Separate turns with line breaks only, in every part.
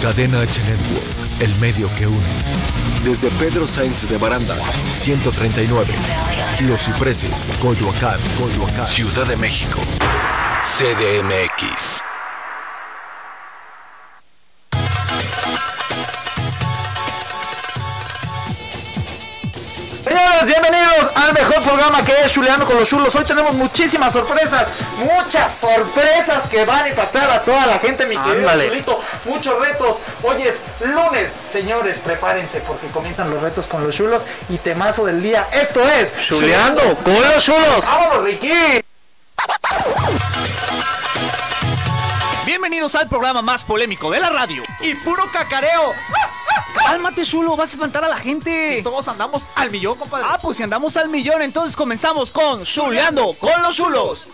Cadena H Network, el medio que une. Desde Pedro Sainz de Baranda, 139. Los Cipreses, Coyoacán, Coyoacán. Ciudad de México. CDMX.
Señores, bienvenidos al mejor programa que es Chuleando con los Chulos. Hoy tenemos muchísimas sorpresas, muchas sorpresas que van a impactar a toda la gente, mi querido
Ándale.
Chulito. Muchos retos. Hoy es lunes. Señores, prepárense porque comienzan los retos con los Chulos y temazo del día. Esto es
Chuleando con los chulos.
¡Vámonos, Ricky!
Bienvenidos al programa más polémico de la radio.
Y puro cacareo.
Cálmate, chulo, vas a espantar a la gente.
Todos andamos al millón, compadre.
Ah, pues si andamos al millón, entonces comenzamos con Chuleando con los chulos.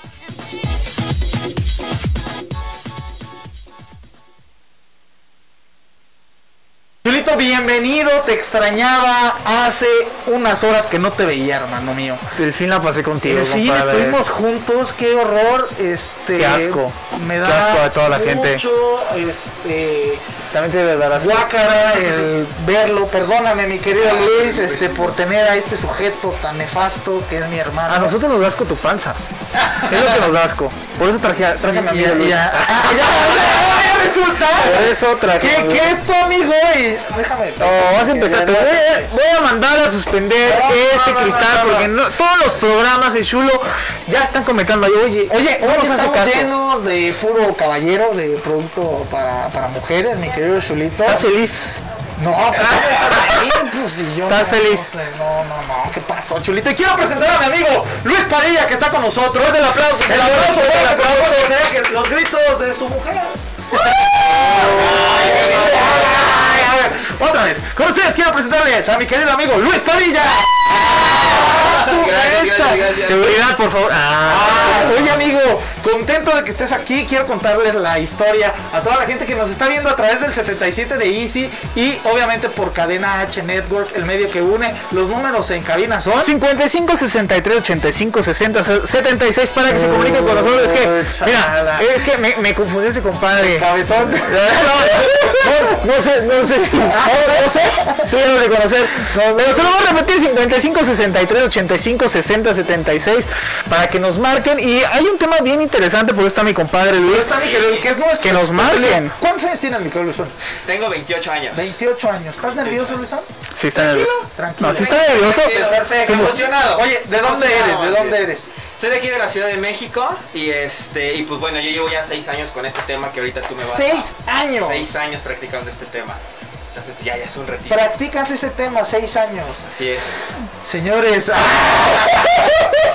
Chulito, bienvenido. Te extrañaba hace unas horas que no te veía, hermano mío.
El fin la pasé contigo,
En fin,
compadre.
estuvimos juntos, qué horror, este...
Qué asco,
Me
qué
da
asco de toda la gente.
mucho, este...
También te darás.
Guácara el verlo, perdóname mi querido Luis, este, por tener a este sujeto tan nefasto que es mi hermano.
A nosotros nos da asco tu panza. Es lo que nos da asco. Por eso traje, a- traje a mi
Y- y-
amigo
y-
Luis.
ya- ah, ya- ya- ya resulta.
Por eso traje. a
¿Qué,
Luis.
qué es tu amigo? Y- déjame.
No, Oh, vas a empezar. Te voy, a, eh, voy a mandar a suspender
No,
este
no, no,
cristal
no, no.
porque no- todos los programas de Chulo ya están comentando ahí. Oye,
Oye,
no
hoy
nos hace
estamos
caso.
llenos de puro caballero, de producto para, para mujeres, mi querido Chulito.
¿Estás feliz?
No, pues, pues, si yo
¿Estás
no,
feliz?
No, sé, no, no, no, ¿qué pasó, Chulito? Y quiero presentar a mi amigo Luis Padilla que está con nosotros. El aplauso, el aplauso, el aplauso. que Los gritos de su mujer. Ay, a ver, Otra vez, con ustedes quiero presentarles a mi querido amigo Luis Padilla. A su derecha.
Seguridad, por favor. Ah.
Oye amigo, contento de que estés aquí, quiero contarles la historia a toda la gente que nos está viendo a través del 77 de Easy y obviamente por cadena H Network, el medio que une. Los números en cabina son...
55 63 85 60 76 para que se comunique con nosotros. Es que, mira,
Oh, Chala.
es que me, me confundió ese compadre.
Cabezón.
No, no, no sé, no sé si. No,
Ah.
no sé, tú ya lo has de conocer. Pero se lo voy a repetir: 55 63 85 60 76 para que nos marquen. Y hay un tema bien interesante, por eso está mi compadre Luis.
Está mi querido, que es nuestro.
Que nos marquen.
¿Cuántos años tiene mi querido Luisón?
Tengo 28 años.
28 años. ¿Estás nervioso, Luisón?
Sí, está nervioso.
Tranquilo.
No, si está nervioso.
Perfecto.
somos-
emocionado.
Oye, ¿de dónde eres?
Emocionado,
¿De
así
dónde
es.
eres?
Soy de aquí de la Ciudad de México y este y pues bueno, yo llevo ya 6 años con este tema que ahorita tú me vas a-
Seis años.
Seis años practicando este tema. Entonces ya, ya es un retiro.
Practicas ese tema, 6 años.
Así es.
Señores,
Ah,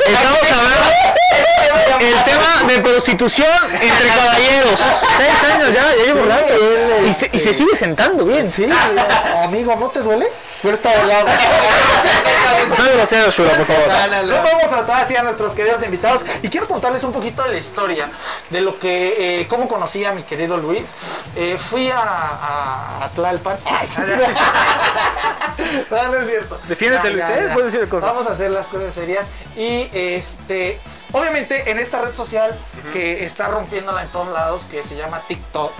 Estamos hablando
ah,
el tema de prostitución entre caballeros. Seis años ya, ya llevo hablando. Y se, y se
este,
sigue sentando bien.
Sí, amigo, ¿no te duele? Pero está del lado.
No seas grosero, Shura, por favor.
No vamos a tratar así a nuestros queridos invitados y quiero contarles un poquito de la historia de lo que, eh, cómo conocí a mi querido Luis. Eh, fui a, a, a Tlalpan. Ay, sí. no, no es cierto.
Defiéndete, Luis, ¿eh? Puedes decir cosas.
Vamos a hacer las cosas serias y este, obviamente en esta red social que está rompiéndola en todos lados, que se llama TikTok,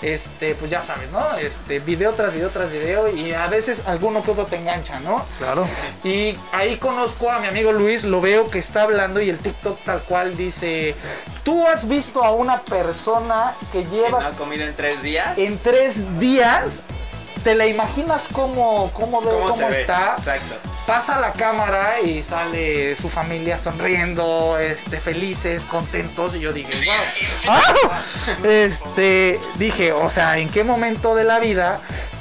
este, pues ya sabes, ¿no? Este, video tras video tras video y a veces alguno que otro te engancha, ¿no?
Claro.
Y ahí conozco a mi amigo Luis, lo veo que está hablando y el TikTok tal cual dice, tú has visto a una persona que
Que no
lleva
ha comido en 3 días.
en tres días, te la imaginas cómo, cómo, ve-
¿Cómo, se
cómo
ve?
está,
Exacto.
pasa la cámara y sale su familia sonriendo, este, felices, contentos y yo dije, wow. Ah, Este, dije, o sea, ¿en qué momento de la vida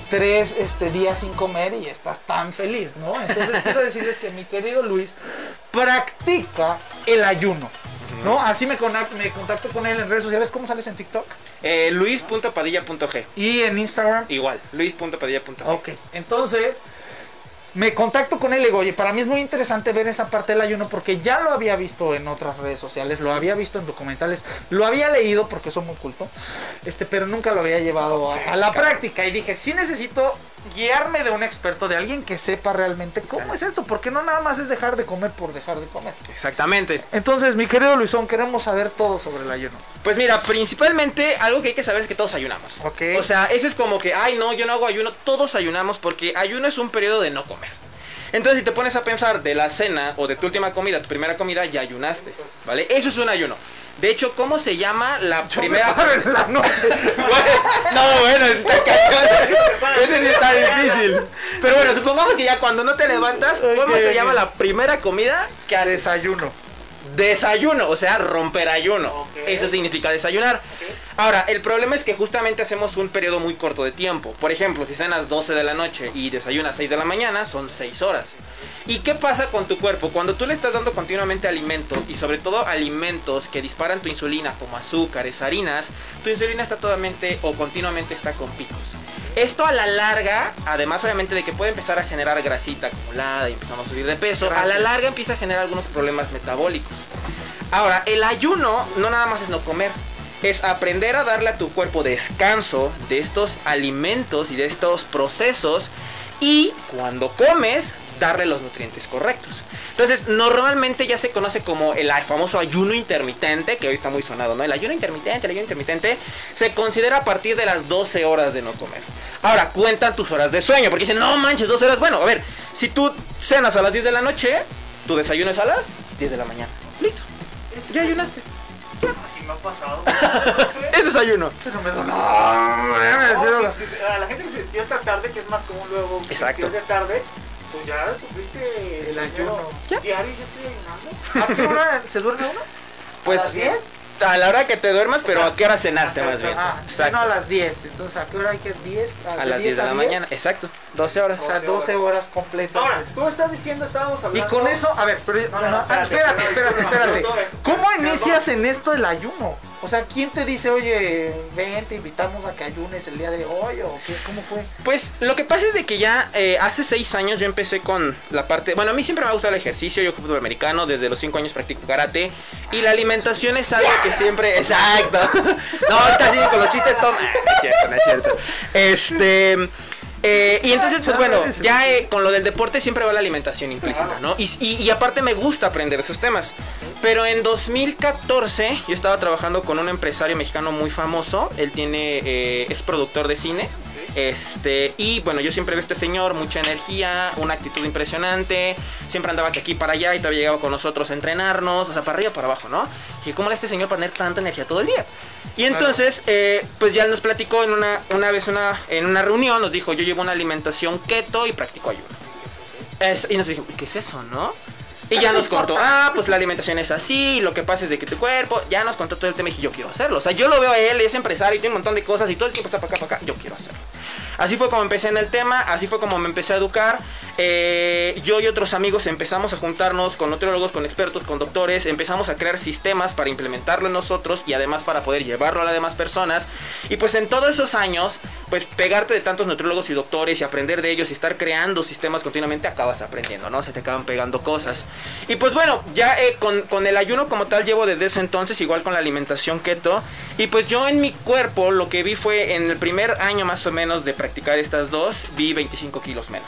tres este, días sin comer y estás tan feliz, no? Entonces quiero decirles que mi querido Luis practica el ayuno. ¿No? Así me, conac- me contacto con él en redes sociales. ¿Cómo sales en TikTok?
Eh, Luis.padilla.g.
Y en Instagram.
Igual, Luis.padilla.g.
Ok, entonces me contacto con él y le digo, oye, para mí es muy interesante ver esa parte del ayuno porque ya lo había visto en otras redes sociales, lo había visto en documentales, lo había leído porque soy muy culto, este, pero nunca lo había llevado a, a la práctica y dije, sí necesito
guiarme de un experto, de alguien que sepa realmente cómo es esto, porque no nada más es dejar de comer por dejar de comer.
Exactamente.
Entonces, mi querido Luisón, queremos saber todo sobre el ayuno.
Pues mira, principalmente algo que hay que saber es que todos ayunamos.
Ok.
O sea, eso es como que, ay no, yo no hago ayuno, todos ayunamos porque ayuno es un periodo de no comer. Entonces, si te pones a pensar de la cena o de tu última comida, tu primera comida, ya ayunaste, ¿vale? Eso es un ayuno. De hecho, ¿cómo se llama la primera
Pero en la noche.
Güey, No, bueno, está cañón. Ese sí está difícil. Pero bueno, supongamos que ya cuando no te levantas, ¿cómo se llama la primera comida que haces?
Desayuno.
Desayuno, o sea, romper ayuno. Eso significa desayunar. Ahora, el problema es que justamente hacemos un periodo muy corto de tiempo. Por ejemplo, si cenas 12 de la noche y desayunas 6 de la mañana, son 6 horas. ¿Y qué pasa con tu cuerpo? Cuando tú le estás dando continuamente alimento y sobre todo alimentos que disparan tu insulina como azúcares, harinas, tu insulina está totalmente o continuamente está con picos. Esto a la larga, además obviamente de que puede empezar a generar grasita acumulada y empezamos a subir de peso, a la larga empieza a generar algunos problemas metabólicos. Ahora, el ayuno no nada más es no comer, es aprender a darle a tu cuerpo descanso de estos alimentos y de estos procesos y cuando comes darle los nutrientes correctos. Entonces, normalmente ya se conoce como el famoso ayuno intermitente, que hoy está muy sonado, ¿no? El ayuno intermitente, el ayuno intermitente se considera a partir de las 12 horas de no comer. Ahora, cuentan tus horas de sueño, porque dicen, no manches, 12 horas. Bueno, a ver, si tú cenas a las 10 de la noche, tu desayuno es a las 10 de la mañana. Listo. Ya ayunaste.
Así me ha pasado.
Eso es ayuno.
No, si- si- a la gente que se despierta tarde, que es más común luego. que se
Exacto.
despierte tarde, pues ya sufriste el ayuno.
Ya.
Diario yo estoy ayunando.
¿A qué hora se duerme uno?
Pues
¿A las 10?
a la hora que te duermas, pero a qué hora cenaste más bien.
Ah,
Exacto.
no a las 10. Entonces, ¿a qué hora hay que 10?
A las 10 de la mañana, exacto. 12 horas.
O sea, 12 horas completas.
Ahora, tú estás diciendo, estábamos
Y
hablando.
con eso, a ver, pero
No, no, no,
ah, espérate,
espérate,
espérate,
espérate.
espérate. ¿Cómo inicias en esto el ayuno? O sea, ¿quién te dice, oye, ven, te invitamos a que ayunes el día de hoy? ¿O qué? ¿Cómo fue?
Pues lo que pasa es de que ya eh, hace 6 años yo empecé con la parte... Bueno, a mí siempre me ha gustado el ejercicio, yo juego fútbol americano, desde los 5 años practico karate. Y la alimentación es algo que siempre... Exacto. No, ahorita sí, con los chistes toma. Ah, No es cierto, no es cierto. Este... eh, y entonces, pues bueno, ya eh, con lo del deporte siempre va la alimentación implícita, ¿no? Y, y- y aparte me gusta aprender esos temas. Pero en 2014 yo estaba trabajando con un empresario mexicano muy famoso. Él tiene, eh, es productor de cine. Este, y bueno, yo siempre veo a este señor, mucha energía, una actitud impresionante. Siempre andaba de aquí para allá y todavía llegaba con nosotros a entrenarnos, o sea, para arriba, para abajo, ¿no? Y cómo le hace este señor para tener tanta energía todo el día. Y entonces, eh, pues ya nos platicó en una, una vez una, en una reunión, nos dijo, yo llevo una alimentación keto y practico ayuno. Es- y nos dijo, ¿qué es eso, no? Y ya nos contó, ah, pues la alimentación es así, lo que pasa es de que tu cuerpo, ya nos contó todo el tema y dije, yo quiero hacerlo. O sea, yo lo veo a él, es empresario, tiene un montón de cosas y todo el tiempo está para acá, para acá, yo quiero hacerlo. Así fue como empecé en el tema, así fue como me empecé a educar. Eh, yo y otros amigos empezamos a juntarnos con nutriólogos, con expertos, con doctores, empezamos a crear sistemas para implementarlo en nosotros y además para poder llevarlo a las demás personas. Y pues en todos esos años, pues pegarte de tantos nutriólogos y doctores y aprender de ellos y estar creando sistemas continuamente, acabas aprendiendo, ¿no? Se te acaban pegando cosas. Y pues bueno, ya eh, con, con el ayuno como tal llevo desde ese entonces, igual con la alimentación keto. Y pues yo en mi cuerpo lo que vi fue en el primer año más o menos de practicar estas dos, vi 25 kilos menos.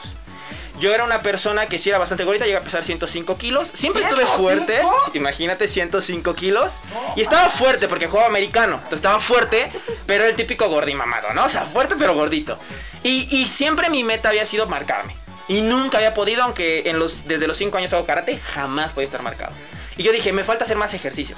Yo era una persona que sí era bastante gorita, llegué a pesar 105 kilos. Siempre estuve fuerte. Imagínate 105 kilos. Y estaba fuerte porque jugaba americano. Entonces estaba fuerte, pero el típico gordimamado, ¿no? O sea, fuerte pero gordito. Y, y siempre mi meta había sido marcarme. Y nunca había podido, aunque en los, desde los 5 años hago karate, jamás podía estar marcado. Y yo dije, me falta hacer más ejercicio.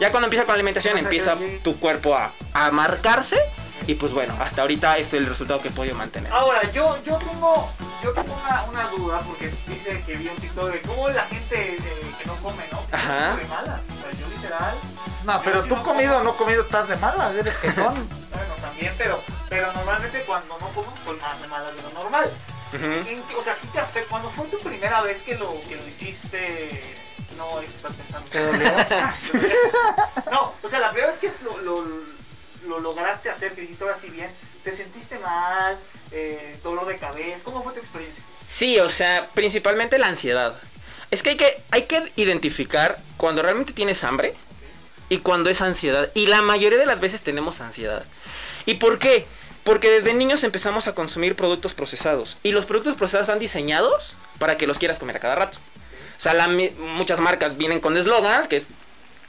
Ya cuando empieza con la alimentación, empieza tu cuerpo a, a marcarse. Y pues bueno, hasta ahorita este es el resultado que he podido mantener.
Ahora, yo, yo tengo, yo tengo una, una duda porque dice que vi un TikTok de cómo la gente eh, que no come, ¿no? Que
Ajá.
come de malas. O sea, yo literal,
No, pero tú comido o no comido estás de malas, eres jetón.
bueno, también, pero, pero normalmente cuando no como, pues más de malas de lo normal.
Ujú.
¿En qué- O sea, sí te afecta. Cuando fue tu primera vez que lo, que lo hiciste, no, es que estás pensando.
¿Te dolió?
No, o sea, la primera vez que lo, lo- lo lograste hacer, que dijiste ahora sí bien, te sentiste mal, eh, dolor de cabeza. ¿Cómo fue tu experiencia?
Sí, o sea, principalmente la ansiedad. Es que hay que, hay que identificar cuando realmente tienes hambre y cuando es ansiedad. Y la mayoría de las veces tenemos ansiedad. ¿Y por qué? Porque desde niños empezamos a consumir productos procesados. Y los productos procesados están diseñados para que los quieras comer a cada rato. O sea, la mi- muchas marcas vienen con eslogans que es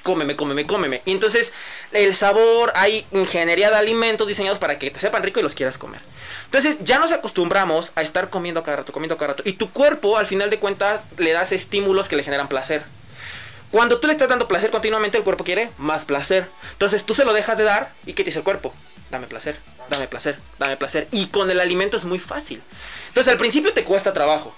cómeme, cómeme, cómeme. Y entonces el sabor, hay ingeniería de alimentos diseñados para que te sepan rico y los quieras comer. Entonces ya nos acostumbramos a estar comiendo a cada rato, comiendo a cada rato. Y tu cuerpo, al final de cuentas, le das estímulos que le generan placer. Cuando tú le estás dando placer continuamente, el cuerpo quiere más placer. Entonces tú se lo dejas de dar y ¿qué te dice el cuerpo? Dame placer, dame placer, dame placer. Y con el alimento es muy fácil. Entonces al principio te cuesta trabajo.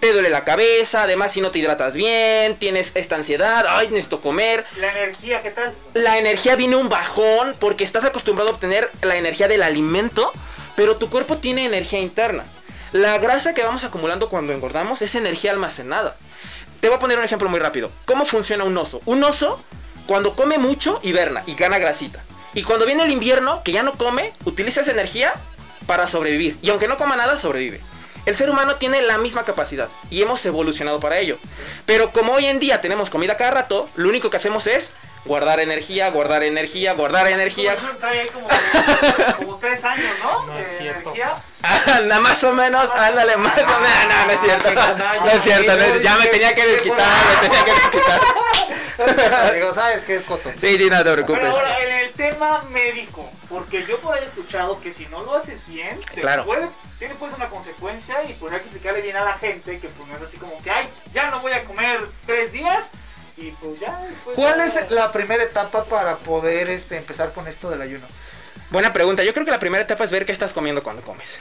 Te duele la cabeza, además si no te hidratas bien, tienes esta ansiedad, ay, necesito comer.
La energía, ¿qué tal?
La energía viene un bajón porque estás acostumbrado a obtener la energía del alimento, pero tu cuerpo tiene energía interna. La grasa que vamos acumulando cuando engordamos es energía almacenada. Te voy a poner un ejemplo muy rápido. ¿Cómo funciona un oso? Un oso, cuando come mucho, hiberna y gana grasita. Y cuando viene el invierno, que ya no come, utiliza esa energía para sobrevivir. Y aunque no coma nada, sobrevive. El ser humano tiene la misma capacidad y hemos evolucionado para ello. Pero como hoy en día tenemos comida cada rato, lo único que hacemos es guardar energía, guardar energía, guardar energía.
Como eso trae ahí como, como tres años, ¿no?
No es
De
cierto.
energía.
Nada Ah, más o menos, ándale, más o menos. No, no es cierto. No es cierto, no es- ya me tenía que desquitar, me tenía que desquitar.
Digo, ¿sabes qué es Coto?
Sí, sí, no te
Pero
preocupes.
ahora, en el tema médico, porque yo por ahí he escuchado que si no lo haces bien, te
Claro.
puede, tiene pues una consecuencia y pues hay que explicarle bien a la gente que pues no es así como que, ay, ya no voy a comer tres días y pues ya. pues,
¿Cuál
ya-
es la primera etapa para poder este, empezar con esto del ayuno?
Buena pregunta. Yo creo que la primera etapa es ver qué estás comiendo cuando comes.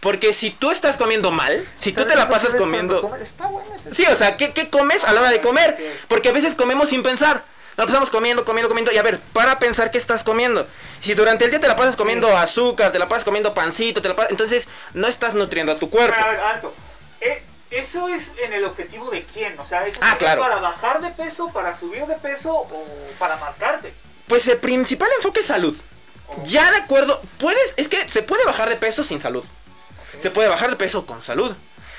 Porque si tú estás comiendo mal, si tú te la pasas
¿Sabes
comiendo.
cuando comes? Está buena esa.
Sí, o sea, ¿qué, qué comes a la hora de comer? Porque a veces comemos sin pensar. Nos pasamos comiendo, comiendo, comiendo. Y a ver, para pensar qué estás comiendo. Si durante el día te la pasas comiendo azúcar, te la pasas comiendo pancito, te la pasas... Entonces, no estás nutriendo a tu cuerpo.
Pero, a ver, alto. Eh, ¿Eso es en el objetivo de quién? O sea, ¿eso
Ah,
es
claro.
para bajar de peso, para subir de peso o para marcarte?
Pues el principal enfoque es salud. Ya de acuerdo, puedes, es que se puede bajar de peso sin salud. Se puede bajar de peso con salud.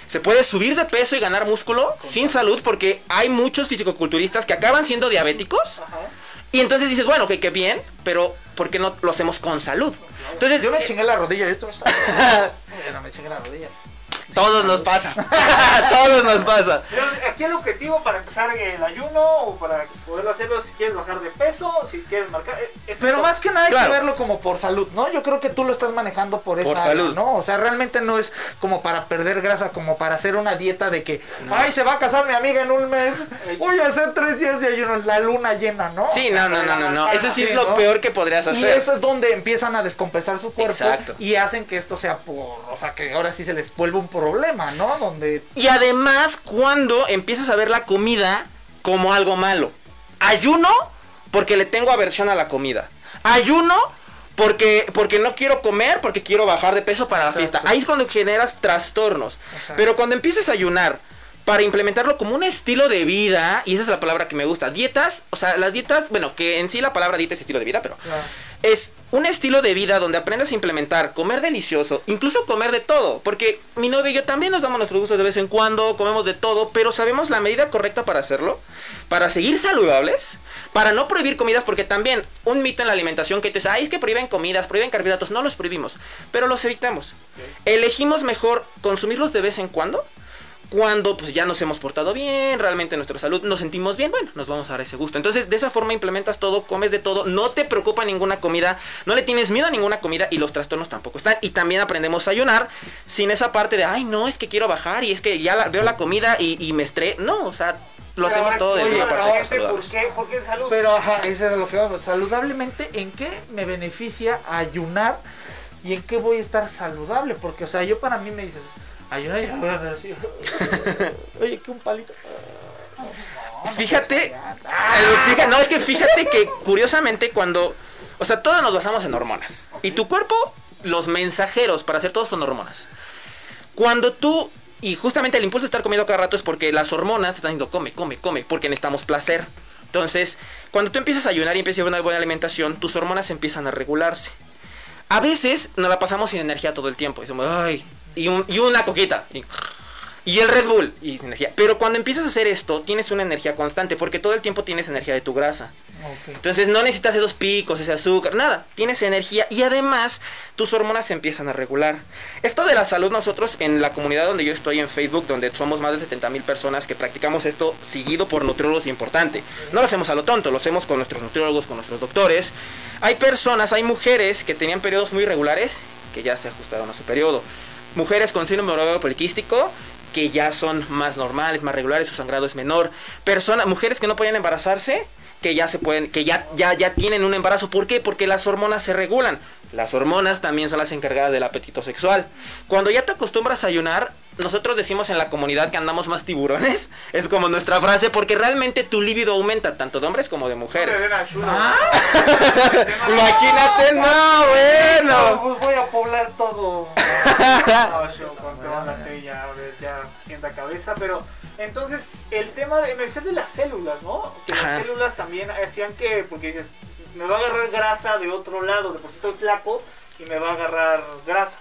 Se puede subir de peso y ganar músculo sin salud porque hay muchos fisicoculturistas que acaban siendo diabéticos. Y entonces dices, bueno, que qué bien, pero ¿por qué no lo hacemos con salud? Entonces,
Yo me
eh,
chingué la rodilla, yo te Bueno, me chingué la rodilla.
todos nos pasa. todos nos pasa.
Pero aquí el objetivo para empezar el ayuno o para poderlo hacerlo es si quieres bajar de peso, si quieres marcar. eh, es
Pero
todo.
más que nada hay
Claro.
que verlo como por salud, ¿no? Yo creo que tú lo estás manejando por esa
Por
área,
salud.
¿no? O sea, realmente no es como para perder grasa, como para hacer una dieta de que, ay, se va a casar mi amiga en un mes, voy a hacer tres días de ayuno, la luna llena, ¿no?
Sí, no, no, no, no, no. Eso sí
Ah,
es
Sí,
lo
¿no?
peor que podrías
Y
hacer.
eso es donde empiezan a descompensar su cuerpo
Exacto.
y hacen que esto sea por, o sea, que ahora sí se les vuelve un problema, ¿no? Donde
Y además, cuando empiezas a ver la comida como algo malo. Ayuno porque le tengo aversión a la comida. Ayuno porque, porque no quiero comer, porque quiero bajar de peso para la fiesta. Ahí es cuando generas trastornos. Pero cuando empiezas a ayunar para implementarlo como un estilo de vida, y esa es la palabra que me gusta, dietas, o sea, las dietas, bueno, que en sí la palabra dieta es estilo de vida, pero es un estilo de vida donde aprendas a implementar, comer delicioso, incluso comer de todo, porque mi novia y yo también nos damos nuestros gustos de vez en cuando, comemos de todo, pero sabemos la medida correcta para hacerlo, para seguir saludables, para no prohibir comidas, porque también un mito en la alimentación que te dice, ay, es que prohíben comidas, prohíben carbohidratos, no los prohibimos, pero los evitamos. Elegimos mejor consumirlos de vez en cuando cuando pues ya nos hemos portado bien, realmente nuestra salud nos sentimos bien, bueno, nos vamos a dar ese gusto. Entonces, de esa forma implementas todo, comes de todo, no te preocupa ninguna comida, no le tienes miedo a ninguna comida y los trastornos tampoco están. Y también aprendemos a ayunar sin esa parte de, ay, no, es que quiero bajar y es que ya la- veo la comida y, y me estré. No, o sea, lo
Pero
hacemos
ahora,
todo de
oye,
una
pero
parte
gente, ¿por
saludable.
qué? ¿Por qué salud?
Pero ajá, eso es lo que vamos. Saludablemente, ¿en qué me beneficia ayunar y en qué voy a estar saludable? Porque, o sea, yo para mí me dices, ayunar y voy a hacer así. Oye, que un palito.
Fíjate, eh, fija- no, es que fíjate que curiosamente cuando, o sea, todos nos basamos en hormonas. Y tu cuerpo, los mensajeros para hacer todo son hormonas. Cuando tú, y justamente el impulso de estar comiendo cada rato es porque las hormonas te están diciendo come, come, come, porque necesitamos placer. Entonces, cuando tú empiezas a ayunar y empiezas a llevar una buena alimentación, tus hormonas empiezan a regularse. A veces nos la pasamos sin energía todo el tiempo. Y somos, ay, y, un- y una coquita. Y, Y el Red Bull, y energía. Pero cuando empiezas a hacer esto, tienes una energía constante, porque todo el tiempo tienes energía de tu grasa.
Ok.
Entonces no necesitas esos picos, ese azúcar, nada. Tienes energía y además tus hormonas se empiezan a regular. Esto de la salud, nosotros en la comunidad donde yo estoy en Facebook, donde somos más de 70 mil personas que practicamos esto seguido por nutriólogos importante. No lo hacemos a lo tonto, lo hacemos con nuestros nutriólogos, con nuestros doctores. Hay personas, hay mujeres que tenían periodos muy regulares que ya se ajustaron a su periodo. Mujeres con síndrome ovario poliquístico que ya son más normales, más regulares, su sangrado es menor. Personas, mujeres que no podían embarazarse, que ya se pueden, que ya, ya, ya tienen un embarazo. ¿Por qué? Porque las hormonas se regulan. Las hormonas también son las encargadas del apetito sexual. Cuando ya te acostumbras a ayunar, nosotros decimos en la comunidad que andamos más tiburones. Es como nuestra frase, porque realmente tu líbido aumenta, tanto de hombres como de mujeres. ¿Ah? Imagínate, no, bueno.
pues voy a poblar todo. No, yo con toda la fe ya, a ver, ya sienta cabeza, pero entonces el tema de, me decías de las células, ¿no? Que
Ajá.
las células también hacían que, porque dices, me va a agarrar grasa de otro lado, de por sí estoy flaco y me va a agarrar grasa.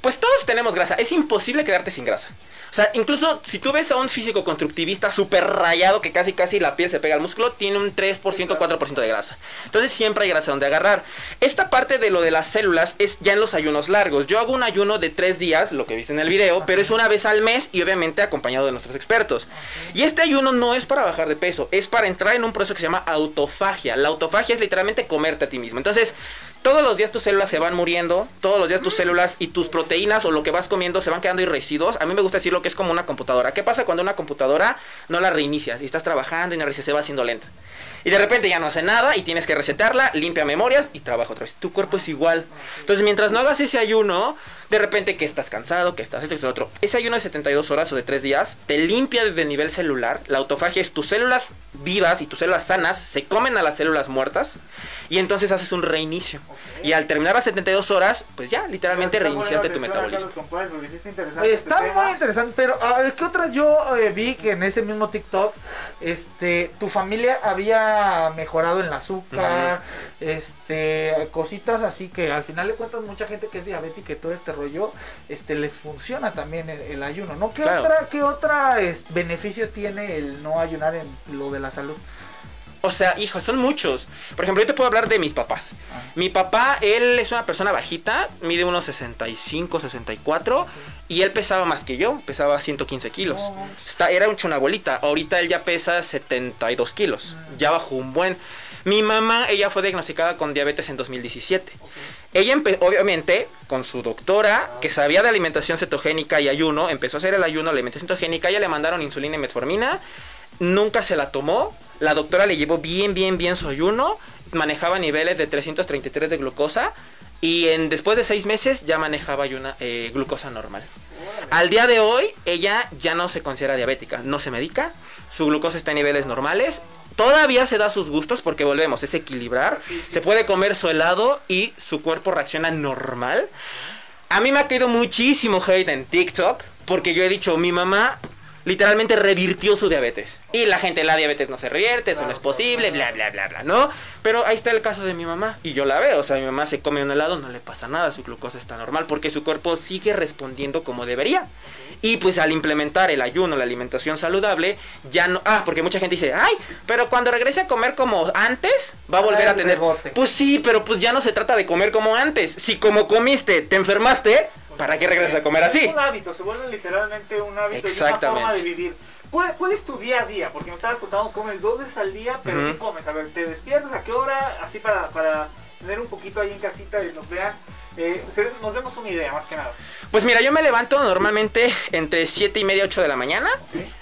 Pues todos tenemos grasa, es imposible quedarte sin grasa. O sea, incluso si tú ves a un físico constructivista súper rayado que casi casi la piel se pega al músculo, tiene un 3%, 4% de grasa. Entonces siempre hay grasa donde agarrar. Esta parte de lo de las células es ya en los ayunos largos. Yo hago un ayuno de 3 días, lo que viste en el video, pero es una vez al mes y obviamente acompañado de nuestros expertos. Y este ayuno no es para bajar de peso, es para entrar en un proceso que se llama autofagia. La autofagia es literalmente comerte a ti mismo. Entonces, todos los días tus células se van muriendo, todos los días tus células y tus proteínas o lo que vas comiendo se van quedando y residuos. A mí me gusta decir lo que es como una computadora. ¿Qué pasa cuando una computadora no la reinicias y estás trabajando y la reinicia, se va haciendo lenta? Y de repente ya no hace nada y tienes que resetarla, limpia memorias y trabaja otra vez. Tu cuerpo es igual. Entonces, mientras no hagas ese ayuno, de repente que estás cansado, que estás esto, que estás lo otro. Ese ayuno de 72 horas o de 3 días te limpia desde el nivel celular. La autofagia es tus células vivas y tus células sanas se comen a las células muertas y entonces haces un reinicio. Y al terminar las 72 horas, pues ya, literalmente
Está poniendo
reiniciaste tu
atención acá
metabolismo.
los compadres, porque sí está interesante
Oye,
este
está
tema.
muy interesante, pero a ver, ¿qué otras yo eh, vi que en ese mismo TikTok, este, tu familia había mejorado en el azúcar, este, cositas así que al final de cuentas mucha gente que es diabética y todo este rollo, este, les funciona también el, el ayuno, ¿no? ¿Qué
Claro.
otra, qué otra es, beneficio tiene el no ayunar en lo de la salud?
O sea, hijo, son muchos. Por ejemplo, yo te puedo hablar de mis papás. Mi papá, él es una persona bajita, mide unos 65, 64, y él pesaba más que yo, pesaba 115 kilos. Está, era un chunabuelita, ahorita él ya pesa 72 kilos, ya bajó un buen. Mi mamá, ella fue diagnosticada con diabetes en 2017. Ella, empe- obviamente, con su doctora, que sabía de alimentación cetogénica y ayuno, empezó a hacer el ayuno, alimentación cetogénica, ella le mandaron insulina y metformina, nunca se la tomó. La doctora le llevó bien, bien, bien su ayuno. Manejaba niveles de 333 de glucosa. Y en, después de seis meses ya manejaba ayuna- eh, glucosa normal. Al día de hoy, ella ya no se considera diabética. No se medica. Su glucosa está en niveles normales. Todavía se da sus gustos porque volvemos, es equilibrar. Se puede comer su helado y su cuerpo reacciona normal. A mí me ha caído muchísimo hate en TikTok porque yo he dicho, mi mamá literalmente revirtió su diabetes. Y la gente, la diabetes no se revierte, eso no es posible, bla, bla, bla, bla, ¿no? Pero ahí está el caso de mi mamá. Y yo la veo, o sea, mi mamá se come un helado, no le pasa nada, su glucosa está normal porque su cuerpo sigue respondiendo como debería. Y pues al implementar el ayuno, la alimentación saludable, ya no... Ah, porque mucha gente dice, ay, pero cuando regrese a comer como antes, va a volver a
el
tener...
rebote.
Pues sí, pero pues ya no se trata de comer como antes. Si como comiste, te enfermaste, ¿para qué regresas a comer
Es
así?
un hábito, se vuelve literalmente un hábito y una
Exactamente.
forma de vivir. ¿Cuál, cuál es tu día a día? Porque me estabas contando, comes dos veces al día, pero
Ujú.
¿qué comes? A ver, ¿te despiertas? ¿A qué hora? Así para, para tener un poquito ahí en casita y nos vean. eh, se- nos demos una idea, más que nada.
Pues mira, yo me levanto normalmente entre 7 y media, 8 de la mañana.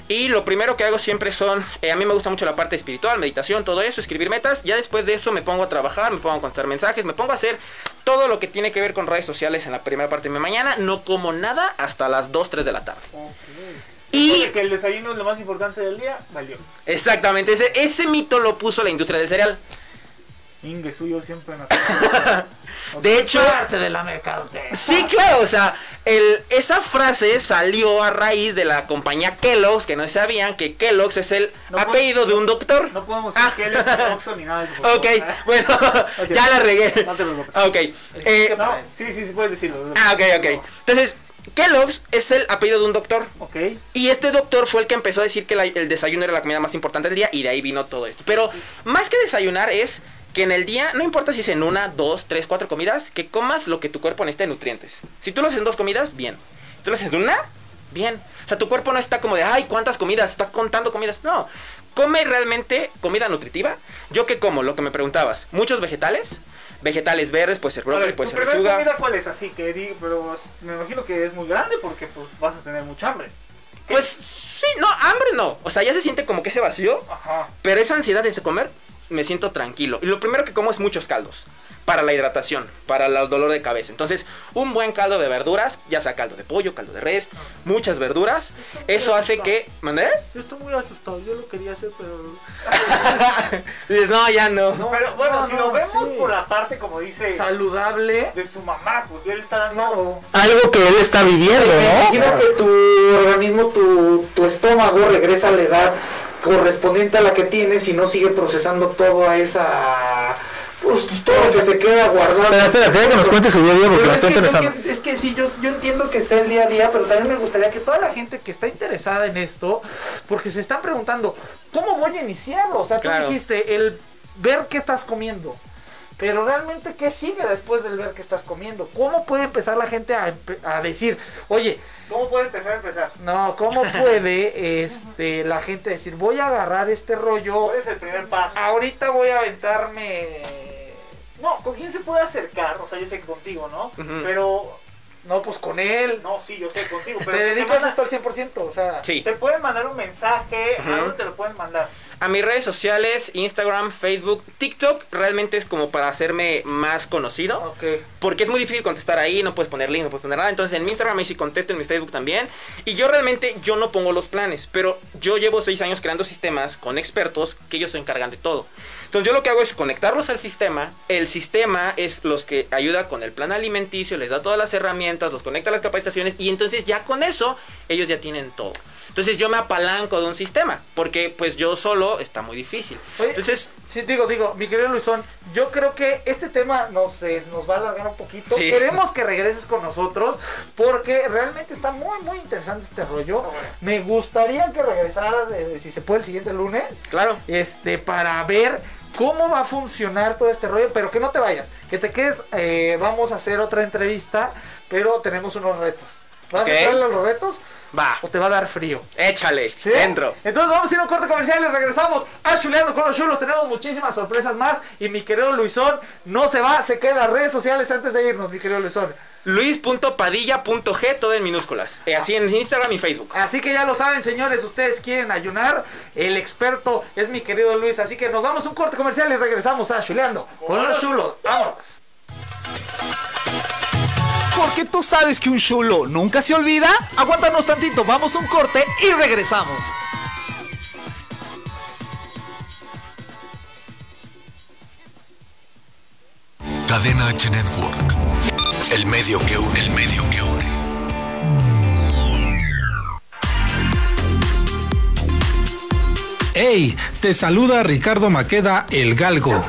Y lo primero que hago siempre son, eh, a mí me gusta mucho la parte espiritual, meditación, todo eso, escribir metas. Ya después de eso me pongo a trabajar, me pongo a contestar mensajes, me pongo a hacer todo lo que tiene que ver con redes sociales en la primera parte de mi mañana. No como nada hasta las 2, 3 de la tarde. Y
Porque el desayuno es lo más importante del día, valió.
exactamente, ese, ese mito lo puso la industria del cereal.
Ingue suyo siempre en la
De hecho...
Parte de la mercadotecnia.
Sí, claro, o sea, el- esa frase salió a raíz de la compañía Kellogg's, que no sabían que Kellogg's es el
No puedo-
apellido de un doctor.
No podemos decir
Ah.
que él es un Oxxo ni nada de eso. por
Ok,
favor, ¿eh?
bueno,
Ok.
ya la regué.
No te preocupes.
Ok, eh,
No, sí, sí, sí, puedes decirlo.
ah, ok, ok. Entonces, Kellogg's es el apellido de un doctor.
Ok.
Y este doctor fue el que empezó a decir que la- el desayuno era la comida más importante del día y de ahí vino todo esto. Pero más que desayunar es que en el día, no importa si es en una, dos, tres, cuatro comidas, que comas lo que tu cuerpo necesita de nutrientes. Si tú lo haces en dos comidas, bien. Si tú lo haces en una, bien. O sea, tu cuerpo no está como de, ay, ¿cuántas comidas? Está contando comidas. No. Come realmente comida nutritiva. Yo que como, lo que me preguntabas, muchos vegetales. Vegetales verdes, puede ser
A
brócoli,
ver,
puede
¿tu
ser
primer
lechuga.
comida cuál es? Así que di, pero s- me imagino que es muy grande porque pues vas a tener mucha hambre.
Pues sí, no, hambre no. O sea, ya se siente como que ese vacío.
Ajá.
Pero esa ansiedad de comer, me siento tranquilo. Y lo primero que como es muchos caldos. Para la hidratación, para la- el dolor de cabeza. Entonces, un buen caldo de verduras, ya sea caldo de pollo, caldo de res, muchas verduras. Eso hace que. ¿Mandé?
Yo estoy muy asustado, yo lo quería hacer, pero.
Dices, no, ya no.
Pero bueno,
no,
si
no,
lo vemos
sí.
por la parte como dice
Saludable.
de su mamá, pues él está dando
Algo que él está viviendo, ¿no?
Imagino que tu organismo, tu, tu estómago regresa a la edad correspondiente a la que tienes y no sigue procesando toda esa... Pues todo lo que se queda guardado.
Espera, espera, espera que nos cuente su día a día porque
Pero
lo
es,
está
que yo
interesando.
entiendo- es que sí, yo, yo entiendo que está el día a día, pero también me gustaría que toda la gente que está interesada en esto, porque se están preguntando, ¿cómo voy a iniciarlo? O sea,
Claro.
tú dijiste el ver qué estás comiendo. Pero realmente, ¿qué sigue después del ver qué estás comiendo? ¿Cómo puede empezar la gente a, empe- a decir, oye,
¿Cómo puede empezar a empezar?
no, ¿cómo puede este, la gente decir, voy a agarrar este rollo?
¿Cuál es el primer paso?
Ahorita voy a aventarme...
No, ¿con quién se puede acercar? O sea, yo sé que contigo, ¿no?
Ujú.
Pero,
No, pues con él.
no, sí, yo sé contigo. Pero
Te dedicas
manda-
esto al 100%, o sea...
Sí.
Te pueden mandar un mensaje,
Ujú.
¿a dónde te lo pueden mandar?
A mis redes sociales, Instagram, Facebook, TikTok, realmente es como para hacerme más conocido.
Ok.
Porque es muy difícil contestar ahí, no puedes poner link, no puedes poner nada. Entonces en mi Instagram ahí sí contesto, en mi Facebook también. Y yo realmente, yo no pongo los planes, pero yo llevo seis años creando sistemas con expertos que ellos se encargan de todo. Entonces yo lo que hago es conectarlos al sistema. El sistema es los que ayuda con el plan alimenticio, les da todas las herramientas, los conecta a las capacitaciones y entonces ya con eso ellos ya tienen todo. Entonces yo me apalanco de un sistema, porque pues yo solo está muy difícil.
Oye,
Entonces,
Sí, digo, digo, mi querido Luisón, yo creo que este tema nos, eh, nos va a alargar un poquito.
Sí.
Queremos que regreses con nosotros porque realmente está muy, muy interesante este
Ah,
rollo. Me gustaría que regresaras, eh, si se puede, el siguiente lunes,
claro.
este, para ver cómo va a funcionar todo este rollo, pero que no te vayas, que te quedes, eh, vamos a hacer otra entrevista, pero tenemos unos retos. ¿Vas
Ok.
a entrarle a los retos
Va,
o te va a dar frío?
échale,
¿Sí?
dentro.
Entonces vamos a ir a un corte comercial y regresamos a Chuleando con los Chulos. Tenemos muchísimas sorpresas más. Y mi querido Luisón no se va, se queda en las redes sociales antes de irnos, mi querido Luisón.
Luis.padilla.g, todo en minúsculas. Eh, así en Instagram y Facebook.
Así que ya lo saben, señores, ustedes quieren ayunar. El experto es mi querido Luis. Así que nos vamos a un corte comercial y regresamos a Chuleando con los Chulos. Vámonos.
Porque tú sabes que un chulo nunca se olvida. Aguántanos tantito, vamos a un corte y regresamos.
Cadena H Network. El medio que une. El medio que une.
¡Hey! Te saluda Ricardo Maqueda, el Galgo.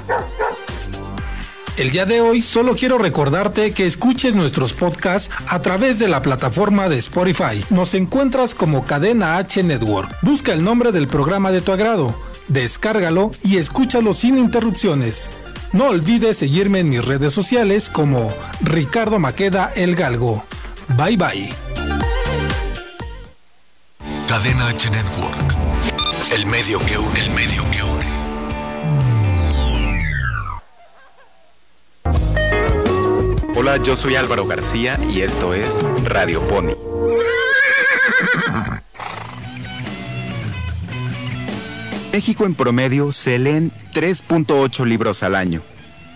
El día de hoy solo quiero recordarte que escuches nuestros podcasts a través de la plataforma de Spotify. Nos encuentras como Cadena H Network. Busca el nombre del programa de tu agrado, descárgalo y escúchalo sin interrupciones. No olvides seguirme en mis redes sociales como Ricardo Maqueda El Galgo. Bye bye.
Cadena H Network. El medio que une. El medio que une.
Hola, yo soy Álvaro García y esto es Radio Pony. México en promedio se leen 3.8 libros al año.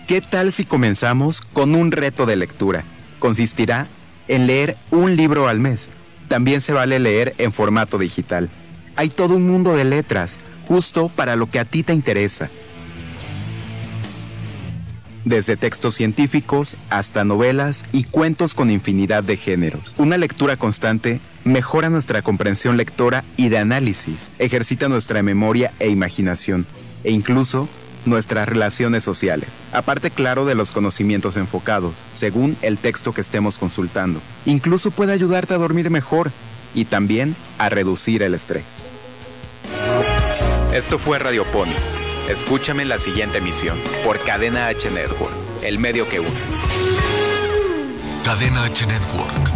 ¿Qué tal si comenzamos con un reto de lectura? Consistirá en leer un libro al mes. También se vale leer en formato digital. Hay todo un mundo de letras, justo para lo que a ti te interesa desde textos científicos hasta novelas y cuentos con infinidad de géneros. Una lectura constante mejora nuestra comprensión lectora y de análisis, ejercita nuestra memoria e imaginación, e incluso nuestras relaciones sociales, aparte claro de los conocimientos enfocados, según el texto que estemos consultando. Incluso puede ayudarte a dormir mejor y también a reducir el estrés. Esto fue Radiopony. Escúchame en la siguiente emisión por Cadena H Network, el medio que une.
Cadena H Network.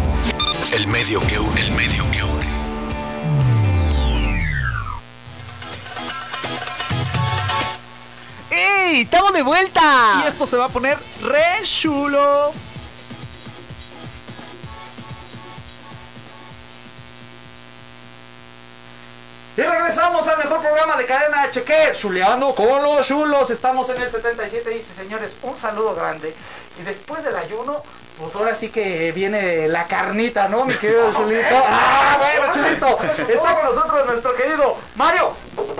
El medio que une. El medio que une.
¡Ey! ¡Estamos de vuelta! Y esto se va a poner re chulo.
Y regresamos al mejor programa de cadena HQ, chuleando con los chulos. Estamos en el 77, dice señores, un saludo grande. Y después del ayuno, pues ahora sí que viene la carnita, ¿no, mi querido Chulito?
¿eh?
¡Ah, bueno, Chulito! Está con nosotros nuestro querido Mario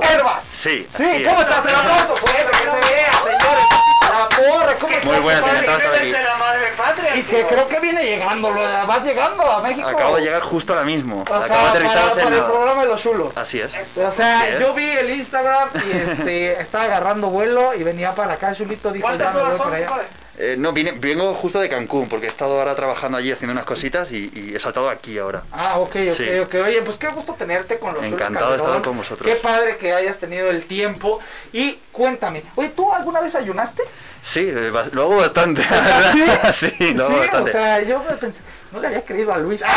Herbas.
Sí,
Sí, ¿cómo estás? El aplauso, bueno, que se vea, señores. La porra, ¿cómo estás?
Muy buenas,
compadre?
señor Todrick.
la madre patria.
Y que creo que viene llegando, lo- vas llegando a México.
Acabo de llegar justo ahora mismo.
O
Acabo de
sea,
aterrizar
para,
hace
para el
nada.
programa de los chulos.
Así es.
O sea,
Así es.
yo vi el Instagram y este estaba agarrando vuelo y venía para acá, Chulito dijo, ya
¿Cuántas
me voy
horas son,
para allá.
compadre?
Eh, no, vine- vengo justo de Cancún porque he estado ahora trabajando allí haciendo unas cositas y, y he saltado aquí ahora.
Ah, ok, ok,
Sí.
ok. Oye, pues qué gusto tenerte con los
Encantado
Chulos
de
Calderón.
estar con vosotros.
Qué padre que hayas tenido el tiempo. Y cuéntame, oye, ¿tú alguna vez ayunaste?
Sí, eh, bas- lo hago bastante. la verdad. sí, lo hago
o
bastante.
sea, yo me pensé, no le había creído a Luis. no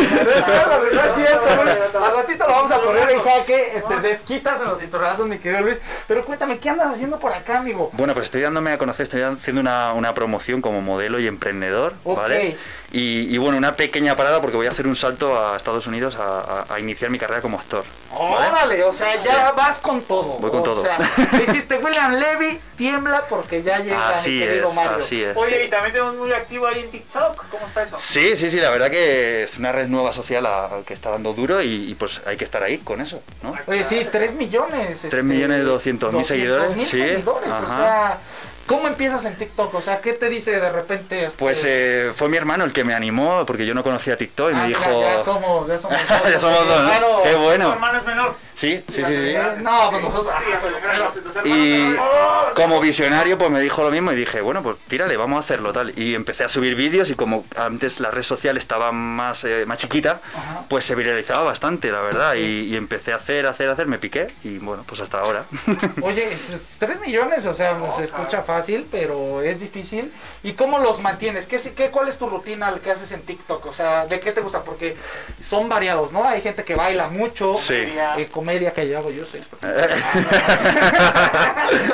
es cierto, no es cierto, Luis. Al ratito lo vamos a poner en jaque, te desquitas en los cinturonazos, mi querido Luis. Pero cuéntame, ¿qué andas haciendo por acá, amigo?
Bueno, pues estoy dándome a conocer, estoy haciendo una, una promoción como modelo y emprendedor,
Ok.
¿vale? Y, y bueno, una pequeña parada porque voy a hacer un salto a Estados Unidos a, a- a iniciar mi carrera como actor. ¿vale?
Órale, o sea, ya vas con todo.
¿Eh? Voy con
o
todo.
sea, dijiste, William Levy, tiembla porque ya llega mi
Así
querido
es,
Mario.
así es.
Oye, y también tenemos muy activo ahí en TikTok. ¿Cómo está eso?
Sí, sí, sí, la verdad que es una red nueva social a- que está dando duro y, y, pues hay que estar ahí con eso, ¿no?
Oye, sí, 3 millones. 3
millones doscientos mil seguidores, sí,
seguidores, o
ajá.
sea, ¿cómo empiezas en TikTok? O sea, ¿qué te dice de repente? este,
Pues eh, fue mi hermano el que me animó porque yo no conocía TikTok y
ah,
me
mira,
dijo...
ya somos, ya somos dos.
Ya somos dos, ¿no?
Claro.
Qué
Tu
bueno.
hermano es menor.
Sí, sí, sí,
Sí,
sí.
No, pues nosotros.
Sí, a su hermano, a su- tus hermanos
Y
menores. ¡Oh!
como visionario, pues me dijo lo mismo y dije, bueno, pues tírale, vamos a hacerlo tal. Y empecé a subir vídeos y como antes la red social estaba más, eh, más chiquita, pues se viralizaba bastante, la verdad. Y, y empecé a hacer, hacer, hacer, me piqué y bueno, pues hasta ahora.
Oye, 3 millones, o sea, se escucha fácil, pero es difícil. ¿Y cómo los mantienes? ¿Qué, se- qué, ¿Cuál es tu rutina que haces en TikTok? O sea, ¿de qué te gusta? Porque son variados, ¿no? Hay gente que baila mucho.
Sí.
eh, comedia que yo hago, yo soy. Soy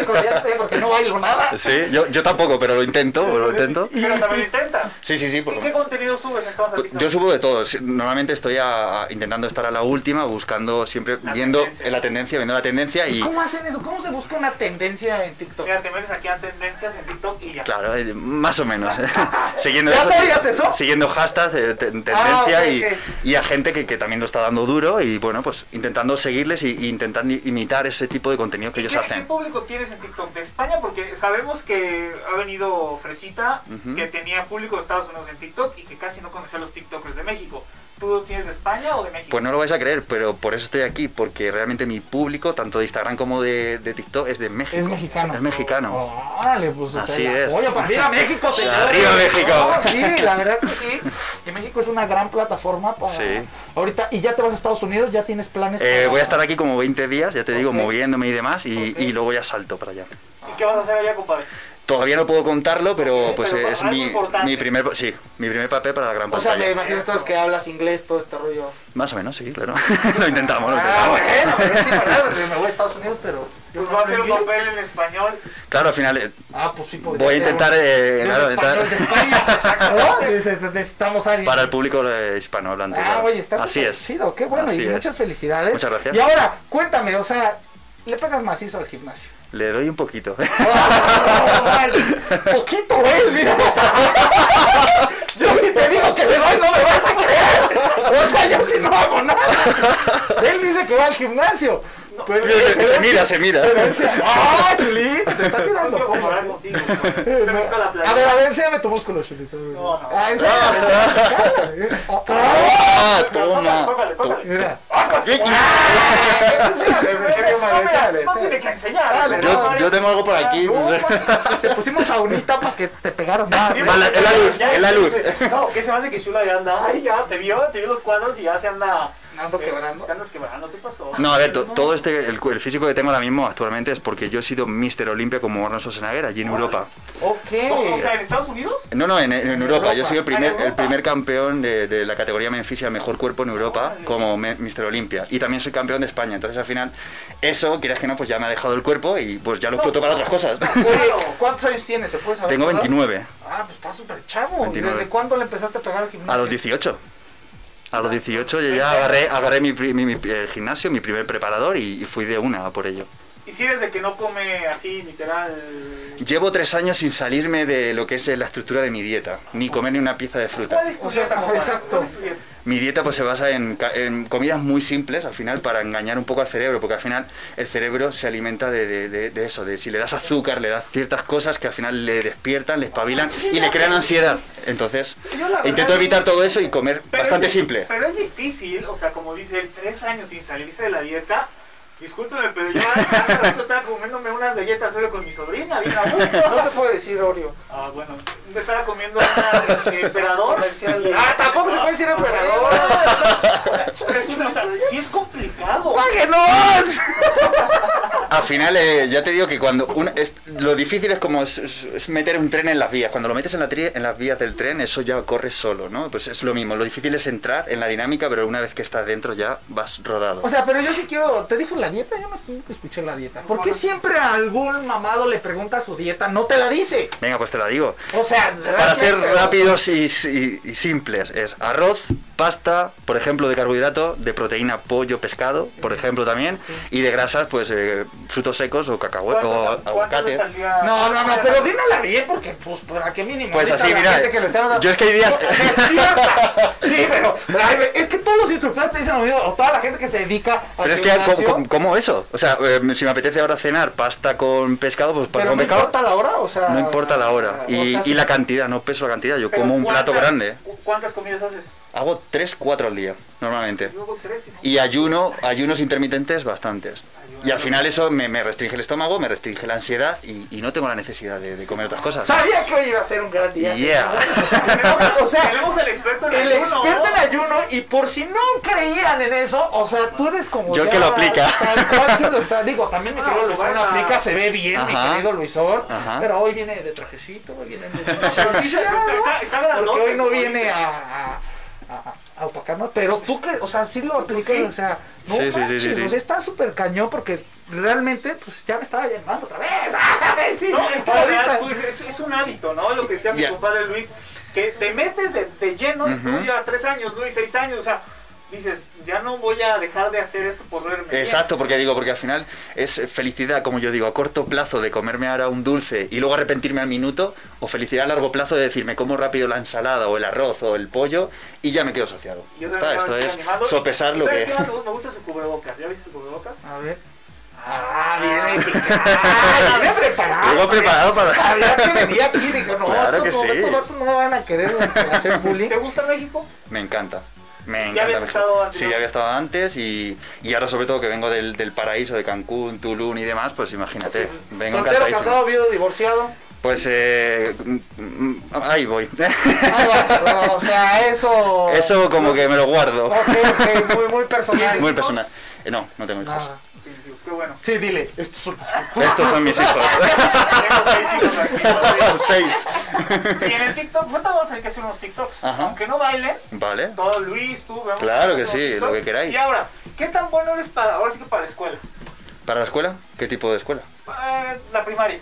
comediante porque no bailo nada.
Sí, yo, yo tampoco, pero lo intento, lo intento.
Pero también intenta.
Sí, sí, sí, por
¿Y
lo
qué contenido subes entonces a TikTok?
Yo subo de todo. Sí, Normalmente estoy a- a- intentando estar a la última, buscando siempre,
La
viendo
tendencia.
eh, la tendencia, viendo la tendencia y.
¿Cómo hacen eso? ¿Cómo se busca una tendencia en TikTok?
Mira, te metes aquí a tendencias en TikTok y ya.
Claro, eh, más o menos. siguiendo
¿Ya
eso,
sabías eso?
Siguiendo hashtags, eh, te-
Ah,
tendencia
ok,
y,
ok.
y a gente que, que también lo está dando duro y bueno, pues intentando seguirles y, y intentando imitar ese tipo de contenido que
¿Y
ellos
¿Qué, qué
hacen.
público tienes en TikTok? ¿De España? Porque sabemos que ha venido Fresita, que tenía público de Estados Unidos en TikTok y que casi no conocía a los TikTokers de México. ¿Tú tienes de España o de México?
Pues no lo vais a creer, pero por eso estoy aquí, porque realmente mi público, tanto de Instagram como de, de TikTok, es de México.
Es mexicano.
Es mexicano.
Órale, pues. o sea,
Así
la-
es.
Oye, para arriba México, señor.
Arriba México.
sí, la verdad que sí. Y México es una gran plataforma para.
Sí.
Ahorita, ¿y ya te vas a Estados Unidos? ¿Ya tienes planes?
Eh,
para-
voy a estar aquí como 20 días, ya te digo,
Ok.
moviéndome y demás, y, y luego ya salto para allá.
¿Y qué vas a hacer allá, compadre?
Todavía no puedo contarlo, pero
Ok,
pues
pero
es
algo
mi,
importante.
mi primer sí, mi primer papel para la gran
O sea, me
pantalla.
imagino entonces que hablas inglés, todo este rollo.
Más o menos, sí, claro. lo intentamos, lo
Ah,
intentamos.
bueno, pero sí, para nada, me voy a Estados Unidos, pero.
Pues
no
va a
hablo
hacer un
inglés.
papel en español.
Claro, al final eh,
Ah, pues sí, podría
voy a
ser
intentar,
un-
eh,
de un
claro,
español de
intentar-
España, exacto. Dices, Necesitamos a alguien.
para el público eh, hispanohablante.
Ah,
claro.
oye, estás
Así
súper
es.
chido, qué bueno,
Así
y
es.
muchas felicidades.
Muchas gracias.
Y ahora, cuéntame, o sea, le pegas macizo al gimnasio.
Le doy un poquito.
Oh, vale. Poquito es, mira. Yo si te digo que le doy, no me vas a creer. O sea, yo si no hago nada. Él dice que va al gimnasio. Pero,
se mira, se mira.
pero él se- ¡Ah, Chuli! Te está tirando
Quiero
como.
comparar contigo. compadre. Pero nunca la
A ver,
playa.
a ver, enséñame tu músculo, Chulito.
No, no.
Ah, enséñame. Ah,
Ah,
Pero
toma. Ah,
cógale, cógale, cógale.
mira.
Ah, No tiene que enseñar.
Yo, yo tengo algo por aquí.
No,
no sé.
man, te pusimos saunita para que te pegaras más. ¿eh?
Vale, es la luz,
Ya
es la luz.
dice, No, que se me hace que Shula ya anda. Ay, ya te vio, te vio los cuadros y ya se anda. eh,
Ando quebrando.
Te andas quebrando, ¿qué pasó?
No, a ver, to- todo este, el, cu- el físico que tengo ahora mismo actualmente es porque yo he sido Mister Olimpia como Arnold Schwarzenegger allí en Europa.
O
Ok.
sea, en Estados Unidos.
No, no, en, en Europa. Yo soy el primer,
Europa.
el primer campeón de, de la categoría menfisia mejor cuerpo en Europa como me- Mister Olimpia. Y también soy campeón de España. Entonces, al final, eso, quieras que no, pues ya me ha dejado el cuerpo y pues ya lo exploto para otras cosas.
Oye, ¿cuántos años tienes? ¿Se puede saber?
tengo
verdad?
29.
Ah, pues estás súper chavo.
29.
¿Desde cuándo le empezaste a pegar al gimnasio?
A los 18. A los 18 yo ya agarré, agarré mi, pri- mi- mi- el gimnasio, mi primer preparador y, y fui de una a por ello.
Y si desde que no come así, literal.
Llevo tres años sin salirme de lo que es la estructura de mi dieta, ni comer ni una pieza de fruta.
¿Cuál es tu
O sea,
dieta,
ajá,
compadre?
exacto.
¿Cuál es tu dieta?
Mi dieta pues se basa en, ca- en comidas muy simples al final para engañar un poco al cerebro, porque al final el cerebro se alimenta de, de- de- de eso, de si le das azúcar, le das ciertas cosas que al final le despiertan, le espabilan
Ah,
y le crean ansiedad. Entonces
Yo, la verdad,
intento evitar todo eso y comer
Pero
bastante
es-
simple.
Pero es difícil, o sea, como dice él, tres años sin salirse de la dieta. Discúlpeme, pero yo hace rato estaba comiéndome unas galletas solo con mi sobrina, bien a
No se
gusto.
puede decir Oreo.
Ah, bueno, me estaba comiendo unas este, emperador.
Ah, tampoco se puede decir emperador. Ah,
Resulta, o sea, sí es complicado.
¡Páguenos!
Al final, eh, ya te digo que cuando una- es- lo difícil es como es, es- es meter un tren en las vías. Cuando lo metes en, la tri- en las vías del tren, eso ya corre solo, ¿no? Pues es lo mismo. Lo difícil es entrar en la dinámica, pero una vez que estás dentro ya vas rodado.
O sea, pero yo sí quiero. ¿Te dijo la dieta? Yo no escuché la dieta. ¿Por qué siempre a algún mamado le pregunta su dieta? No te la dice.
Venga, pues te la digo.
O sea,
Para ser
pero-
rápidos y, y- y simples, es arroz, pasta, por ejemplo, de carbohidrato, de proteína, pollo, pescado, por ejemplo, también, y de grasas, pues eh, frutos secos o cacahuete o
¿Cuántas- cuántas
aguacate.
veces al día-
No, no, no, pero dínala bien porque, pues, ¿para qué mínimo?
Pues
ahorita
así,
la
mira,
gente que lo está dando-
yo es que hay días-
¡Despierta! Sí, pero, ay, ve, es que todos los instructores te dicen lo mismo, o toda la gente que se dedica a.
Pero es que, ¿cómo, cómo- cómo eso? O sea, eh, si me apetece ahora cenar pasta con pescado, pues para
Pero
con
no
pescado.
importa la hora, o sea.
No importa la hora. Y,
o sea,
y
sí.
la cantidad, no peso la cantidad. Yo
Pero
como un plato
¿cuántas-
grande.
cu- ¿Cuántas comidas haces?
Hago 3, 4 al día, normalmente.
Yo hago tres. y-
Y ayuno, ayunos intermitentes bastantes. Y al final eso me, me restringe el estómago, me restringe la ansiedad y, y no tengo la necesidad de, de comer otras cosas.
Sabía que hoy iba a ser un gran día.
Yeah.
Tenemos-
O sea,
tenemos el experto en
El
ayuno.
experto en ayuno, y por si no creían en eso, o sea, tú eres como.
Yo
ya
que lo aplica.
Tal cual que lo está. Digo, también mi
Ah,
querido Luisor lo
bueno.
aplica, se ve bien, mi
Ajá.
querido Luisor.
Ajá.
Pero hoy viene de trajecito, hoy viene de
Pero sí, está- está- está grandote,
Porque hoy no
como
viene
dice.
a. a- a- a opacarnos, pero tú que, o sea, sí lo aplicas,
Pues sí.
o sea, no
Sí, sí, sí,
manches,
sí, sí.
o sea, está súper cañón porque realmente, pues ya me estaba llamando otra vez. Sí,
No, es que la
ahorita.
verdad, pues, es, es un hábito, ¿no? Lo que decía
Ya.
mi compadre Luis, que te metes de, de lleno y tú llevas tres años, Luis, seis años, o sea, dices, ya no voy a dejar de hacer esto por verme. bien.
Exacto, porque digo, porque al final es eh, felicidad, como yo digo, a corto plazo de comerme ahora un dulce y luego arrepentirme al minuto, o felicidad a largo plazo de decirme como rápido la ensalada o el arroz o el pollo y ya me quedo saciado.
Yo de
Ya Está,
verdad
esto
estoy
es
animado.
sopesar
¿Y
lo
sabes
que...
qué más? Me gusta- me gusta su cubrebocas, ¿ya viste su cubrebocas?
A ver. Ah, viene picada. Viene preparado.
Llego preparado para...
Sabía que venía aquí. Digo, no,
Claro
estos
que
no,
sí.
estos vatos no me van a querer hacer bullying.
¿Te gusta México?
Me encanta. Me encanta.
¿Ya habías
México.
estado antes,
Sí,
no?
ya había estado antes y, y ahora sobre todo que vengo del, del paraíso de Cancún, Tulum y demás, pues imagínate, vengo
Soltero,
encantadísimo.
casado, viudo, divorciado.
Pues eh, mm, mm, ahí voy.
Ay, va, o sea, eso.
Eso como que me lo guardo.
Ok, ok, muy, muy personal.
Muy personal. Eh, No, no tengo hijos.
Nada.
Dios, pues, qué bueno.
Sí, dile. Estos son los
Estos son mis hijos.
Tengo seis hijos aquí.
Seis.
Y en el TikTok, ¿cuánto vamos a tener que hacer unos TikToks?
Ajá.
Aunque no bailen,
Vale.
todo Luis, tú, vemos.
Claro que
unos
sí, lo
TikToks.
que queráis.
Y ahora, ¿qué tan bueno eres para, ahora sí que para la escuela?
¿Para la escuela? ¿Qué tipo de escuela?
Eh, la primaria.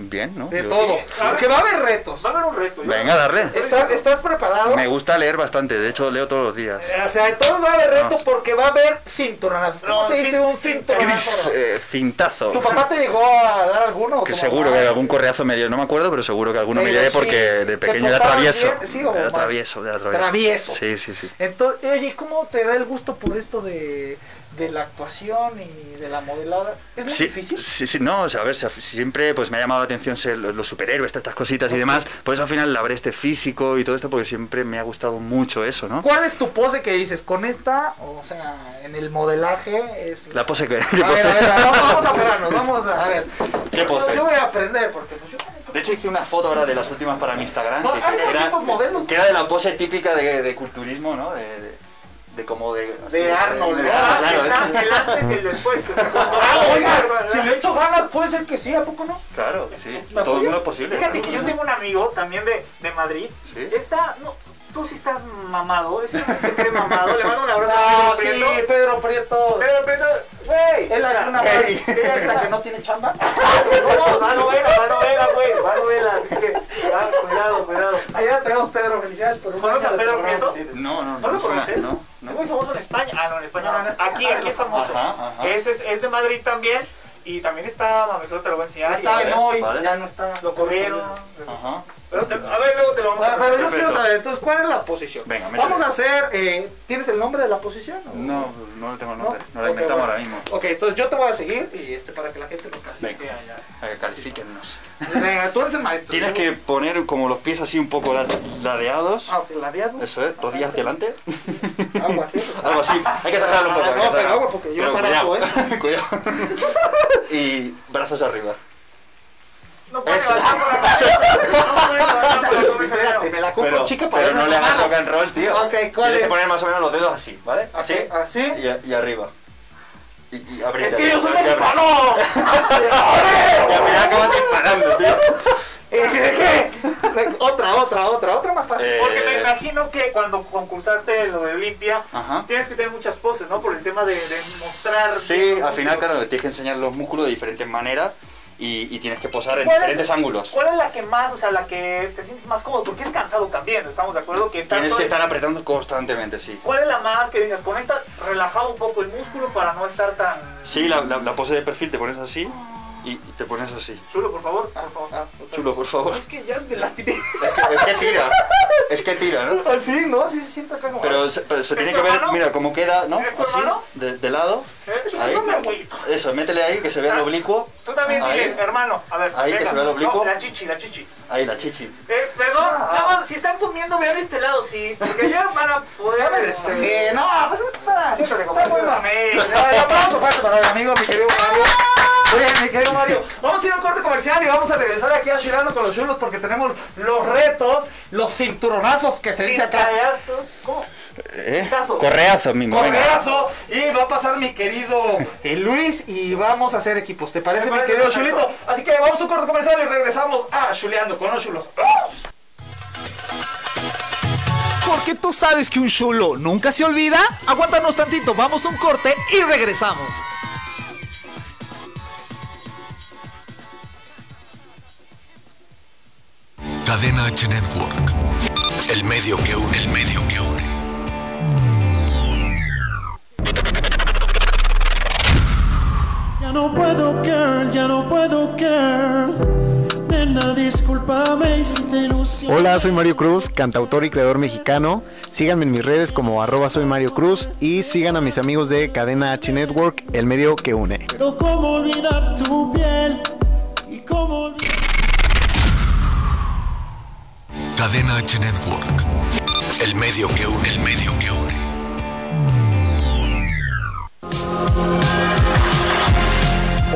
Bien, ¿no?
De
Yo-
todo. Porque va a haber retos.
Va a haber un reto. yo
Venga, darle.
¿Estás, estás preparado?
Me gusta leer bastante, de hecho leo todos los días.
O sea, de todo va a haber retos porque va a haber cinturonazo. ¿Cómo
No,
se dice
cin-
un cinturonazo?
Eh, cintazo.
¿Tu papá te llegó a dar alguno? o
Que
tu
seguro
mamá?
que algún correazo me dio, no me acuerdo, pero seguro que alguno me
Pero
dio
Eh, sí,
porque
¿te
de pequeño era
portabas
travieso.
bien? Sí, o
Era
mal.
travieso, era travieso.
Travieso.
Sí, sí, sí.
Entonces, eh, oye, ¿cómo te da el gusto por esto de, de la actuación y de la modelada? ¿Es muy
Sí,
difícil?
sí, sí, no, o sea, a ver, se- siempre pues me ha llamado la atención ser los, los superhéroes, estas, estas cositas y demás. Por eso al final labré este físico y todo esto porque siempre me ha gustado mucho eso, ¿no?
¿Cuál es tu pose que dices? Con esta, o sea, en el modelaje es...
La pose que...
A ver, a ver, vamos, vamos a pegarnos, vamos a, a ver.
¿Qué pose?
Yo, yo voy a aprender porque pues yo...
De hecho hice una foto ahora de las últimas para mi Instagram
No,
que,
hay
que era,
tantos modelos.
que era de la pose típica de, de culturismo, ¿no? De, de, de como de... así,
De Arnold,
de
¿no?
Arnold,
Ah,
claro, ¿eh?
está el antes y el después. o sea,
Ah, oiga,
¿verdad?
si le echo ganas puede ser que sí, ¿a poco no?
Claro, sí. Todo el mundo es posible.
Fíjate
claro.
que yo tengo un amigo también de, de Madrid.
Sí.
Está, no, tú sí estás mamado, ese hombre se cree mamado. Le mando un abrazo a
Ah,
Pedro
sí,
Prieto.
Pedro Prieto.
Pedro Prieto, güey.
Él
o sea,
hace una
güey,
parte ahorita que no tiene chamba.
No, va novela, va novela, güey, va novela. Así que, ah, cuidado, cuidado.
Allá tenemos Pedro, felicidades por un
¿Conoces
año
a
de
Pedro
programa.
Prieto?
No,
¿No
no, no.
lo
me suena,
conoces?
No, no.
Es muy famoso en España. Ah, no, en España
No,
no.
en España
Aquí,
no.
aquí es famoso.
Ajá, ajá.
Es, es, es de Madrid también. Y también está, mamesota, te lo voy a enseñar.
Está
Y-
en hoy,
Vale.
ya no está.
Lo corrieron.
Ajá.
Pero te- a ver, luego te lo vamos
Ah,
a
Pero yo
Perfecto.
quiero saber, entonces, ¿cuál es la posición?
Venga, métele.
Vamos a hacer, eh, ¿tienes el nombre de la posición? o-
No, no le tengo el
¿No?
nombre. No la
Ok,
inventamos
bueno.
ahora mismo.
Ok, entonces yo te voy a seguir y este para que la gente nos califique
Venga.
allá.
A ver, Califíquennos.
Pues, Venga, tú eres el maestro.
Tienes que poner como los pies así un poco la- ladeados.
Ah, ok, ladeado.
Eso es, rodillas hacia adelante.
Algo así.
Algo así. Hay que sacarlo un poco. hay que
No, ¿eh? pero
sacarlo.
agua porque yo
Pero
para
cuidado,
eso,
cuidado. y brazos arriba.
No puede levantar por la cabeza. No puede levantar por la cabeza.
Espérate, me la compro
Pero,
chica para
pero
darle
no le
la
hagas
mano.
rock and roll, tío.
Ok, ¿cuál
Tienes
es?
que poner más o menos los dedos así, ¿vale? Así.
Ok, así.
Y, a- y arriba. Y, y abrir.
Es que yo soy
abrir, abrir.
mexicano.
Y al final acaban disparando, tío.
Eh, ¿qué? Otra, otra, otra, otra más fácil.
Eh,
Porque me imagino que cuando concursaste lo de Olimpia,
Ajá.
tienes que tener muchas poses, ¿no? Por el tema de, de mostrar.
Sí, al final, claro, tienes que enseñar los músculos de diferentes maneras y, y tienes que posar en
¿Cuál es-
diferentes ángulos.
¿Cuál es la que más, o sea, la que te sientes más cómodo? Porque es cansado también, ¿no? estamos de acuerdo que está
Tienes
todo-
que estar apretando constantemente, sí.
¿Cuál es la más que dices? Con esta relajado un poco el músculo para no estar tan
Sí, la, la- la pose de perfil te pones así y y te pones así.
chulo, por favor. Por favor.
Ah, otra.
Chulo, por favor.
Es que ya me lastimé.
Es que, es que tira, es que tira, ¿no?
Así, ¿no? Ah, Sí, se siente acá como.
Pero, se- pero se
¿Es
tiene
tu
que ver,
hermano?
mira, cómo queda, ¿no?
¿Eres tu
Así,
hermano?
de, de lado.
¿Eh?
Eh,
Ahí.
no me agüito.
Eso, métele ahí, que se
Ah.
vea el oblicuo.
Tú también
Ahí.
dile, hermano. A ver,
Ahí, que se vea el oblicuo. Ah.
No, la chichi, la chichi.
Ahí, la chichi.
Eh, perdón, no, si están comiendo, vean este lado, sí. Porque ya para
Ya
poder.
me
este,
despejé. No, pues esto está.
Siempre te
Está muy mamey. No, el aplauso fuerte para el amigo, mi querido Mario. Oye, mi querido Mario, vamos a ir a un corte comercial y vamos a regresar aquí a Chirano con los chulos porque tenemos los retos, los cinturonazos que se dice acá.
Pintadazos. Pitazo.
Correazo mismo,
Correazo y va a pasar mi querido eh, Luis y vamos a hacer equipos, ¿te parece
Me
mi
parece
querido
perfecto.
Chulito? Así que vamos a un corte comercial y regresamos a Chuleando con los chulos. ¡Vamos!
Porque tú sabes que un chulo nunca se olvida. Aguántanos tantito, vamos a un corte y regresamos.
Cadena H Network. El medio que une. El medio que une.
Ya no puedo, girl, ya no puedo, girl. Nena, discúlpame si te ilusioné.
Hola, soy Mario Cruz, cantautor y creador mexicano. Síganme en mis redes como arroba soy Mario Cruz y sigan a mis amigos de Cadena H Network, el medio que une.
Pero cómo olvidar tu piel y cómo olvidar...
Cadena H Network. El medio que une. El medio que une.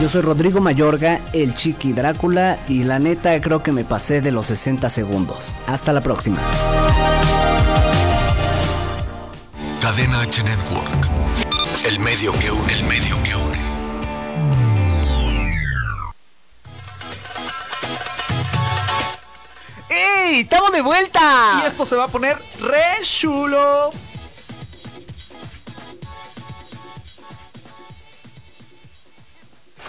Yo soy Rodrigo Mayorga, el Chiqui Drácula, y la neta creo que me pasé de los 60 segundos. Hasta la próxima.
Cadena H Network. El medio que une, el medio que une.
¡Ey! ¡Estamos de vuelta! Y esto se va a poner re chulo.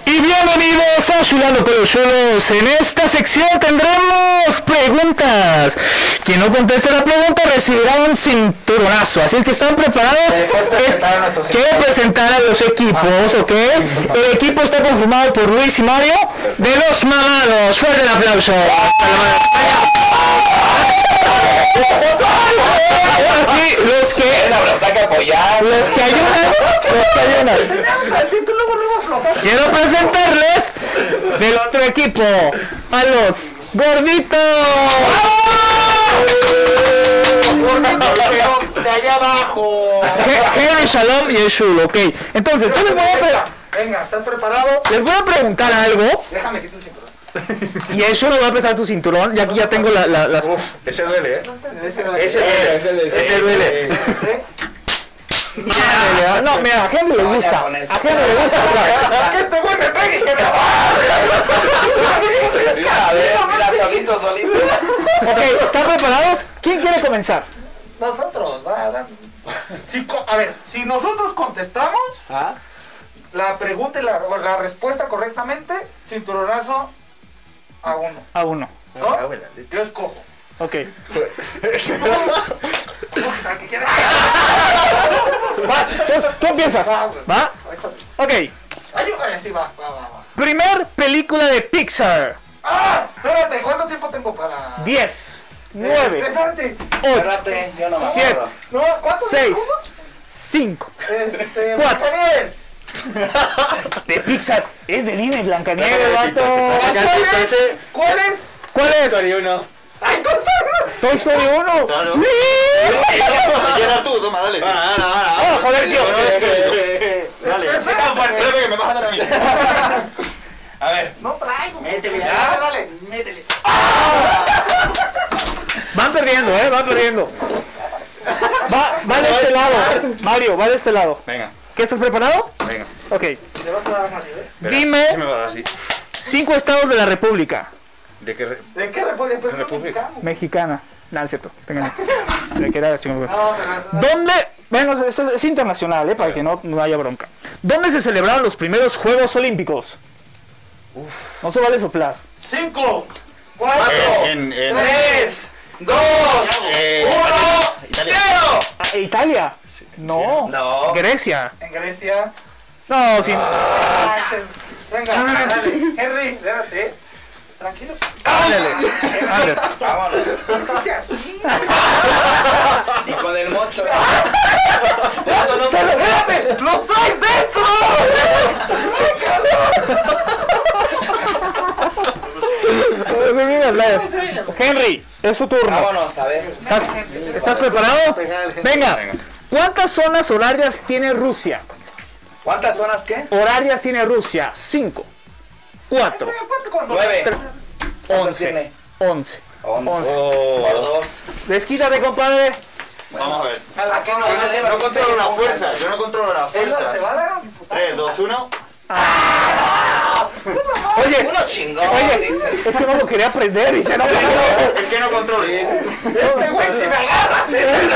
Y bienvenidos a Chulando pero Chulos. En esta sección tendremos preguntas. Quien no conteste la pregunta recibirá un cinturonazo. Así que están preparados. Es que presentar a los equipos, ¿ok? El equipo está conformado por Luis y Mario de los Mamados. Fuerte el aplauso. Ahora sí, los que. Los que ayudan. Los que ayudan. Quiero presentarles del otro equipo a los gorditos.
De allá abajo.
He- Henry Shalom y Eshul, ok. Entonces, yo les voy, a pre-
Venga, ¿están preparados?
les voy a preguntar algo
Déjame que tú siempre.
y Eshul va a pesar tu cinturón. Y aquí ya tengo la- la- las.
Ese duele, ¿eh?
Ese
duele,
ese
duele.
No, mira, a Henry le gusta. A Henry le gusta. mira.
Que este güey me pegue y que me
solito, solito.
Ok, ¿están preparados? ¿Quién quiere comenzar?
Nosotros, va, va. Si co- a ver, si nosotros contestamos la pregunta y la, o la respuesta correctamente, cinturonazo a uno.
A uno.
¿No? Yo escojo.
Ok.
Vas,
entonces, ¿Tú empiezas?
Va, güey.
¿Va? Ok.
Ay, ay, sí, va, va, va, va.
Primer película de Pixar.
¡Ah! Espérate, ¿cuánto tiempo tengo para...?
10, 9,
Espérate.
Eh, Espérate, yo no me
Siete.
acuerdo.
No, ¿cuántos
6,
segundos?
5.
Este,
Cuatro.
Blancanieves.
De Pixar. Es de Disney, Blancanieves, vato.
¿Cuál es? ¿Cuál es?
¿Cuál es? Toy Story
1.
¡Ay, tú estás!
Toy Story 1. ¡Sí!
Era tú, toma, dale.
Ah, joder, tío.
Dale. Ah, fuerte, espérame que me vas a dar a mí. A ver.
No traigo.
Métele,
Ya, dale.
métele.
Van perdiendo, eh, van perdiendo. Va, va de este lado. Mario, va de este lado.
Venga,
¿Qué estás preparado?
venga.
Ok.
¿Le vas a dar más ideas?
Espera,
Dime.
¿qué me va a dar así?
Cinco estados de la República
¿De qué re-
¿De qué república?
república?
Mexicana. No, es cierto. Tengan. Le queda chingón.
No, pero-
¿Dónde? Bueno, esto es internacional, ¿eh? Para que no, no haya bronca. ¿Dónde se celebraron los primeros Juegos Olímpicos? No se vale soplar.
Cinco, cuatro,
En, en,
Tres, dos,
eh,
uno, cero.
Ah, ¿Italia? No.
No.
Grecia.
en Grecia.
No, sí.
Manches. Venga,
Ah.
dale. Henry, espérate. Tranquilo. Ah,
Ándale.
Vámonos.
Hiciste así.
Y con el mocho. Eso no se
¡Espérate! ¡Los traes dentro!
Henry, es tu turno.
Vámonos, a ver.
¿Estás, estás preparado? Venga. ¿Cuántas zonas horarias tiene Rusia?
¿Cuántas zonas qué?
Horarias tiene Rusia. 5, 4,
Nueve. ¿Cuántas
11,
tiene?
11.
Once.
Oh.
Por dos.
Desquítate, compadre.
Vamos a ver.
¿A qué no vale?
No
Porque
controlo
seis
la
puntas.
fuerza, yo no controlo la
Él no te va a
fuerza.
dar un putazo.
3, 2, 1.
Oye,
Uno chingón, dice.
es que no lo quería aprender y se no.
Es que no controlo.
Este güey, si me agarras, eh,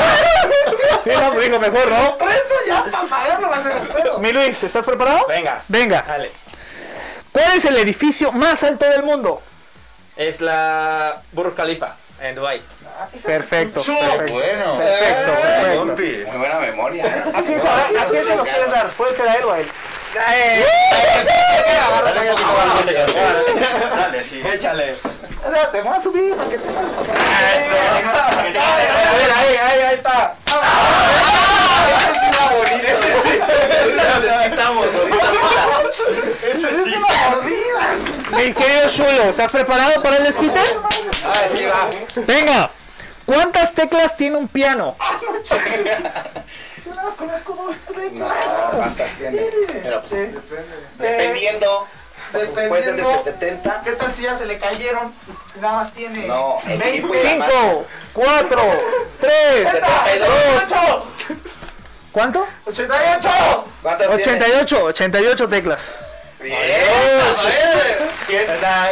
Sí, no, digo, mejor, ¿no?
prendo ya para pagarlo, va a ser el pedo.
Mi Luis, ¿estás preparado?
Venga,
Venga.
dale.
¿Cuál es el edificio más alto del mundo?
Es la Burj Khalifa en Dubai.
Perfecto. perfecto.
Bueno.
Perfecto, perfecto.
Compi.
Muy buena memoria, ¿eh?
¿A quién, se, a quién se lo quieres dar? Puede ser a él o a él.
Dale, poquito más de cartón. Dale, sí.
Échale.
Espérate, Te voy a subir para que te
Eso.
Ahí, ahí, ahí está.
Ese sí era bonito.
Sí.
Ahorita nos desquitamos, ahorita.
Ese sí.
Mi querido Chulo, ¿estás preparado para el desquite?
Ahí va.
Venga, ¿cuántas teclas tiene un piano?
Yo nada más conozco dos
No,
teclas.
¿cuántas tiene? Pero pues, dependiendo. Puede ser desde
Dependiendo.
70.
¿Qué tal si ya se le cayeron? Nada más tiene.
No, el equipo y la
5, 4, 3,
78.
¿cuánto?
88.
¿Cuántas tiene?
88, 88 teclas.
Bien, todo, ¿eh? Bien.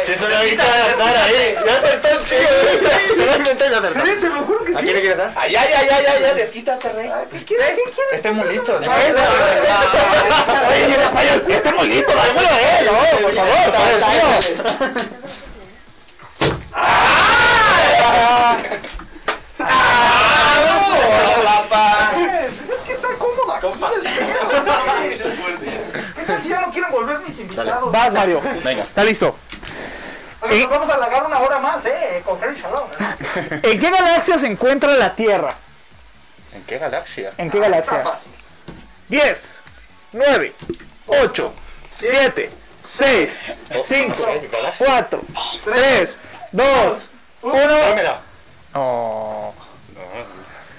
Se son ahorita a estar ahí. Ya acertó el tío. Se va a intentar y ya acertó.
Te lo juro que
¿A quién le quieres dar?
Ay, ay, ay, ay, ay, ay, desquítate, rey.
¿Qué quiere? ¿Qué quiere?
Este es muy listo.
Oye, en español, este muy listo, dámelo a él, no, por favor, padre mío.
Pues es que está cómodo aquí. ¿Qué tal si ya no quieren volver mis invitados?
Vas, Mario.
Venga.
Está listo.
Oye, nos vamos a alargar una hora más, eh, con Henry Shalom.
¿En qué galaxia se encuentra la Tierra?
¿En qué galaxia?
¿En qué galaxia? 10, 9, 8, 7, 6, 5, 4, 3, 2, 1.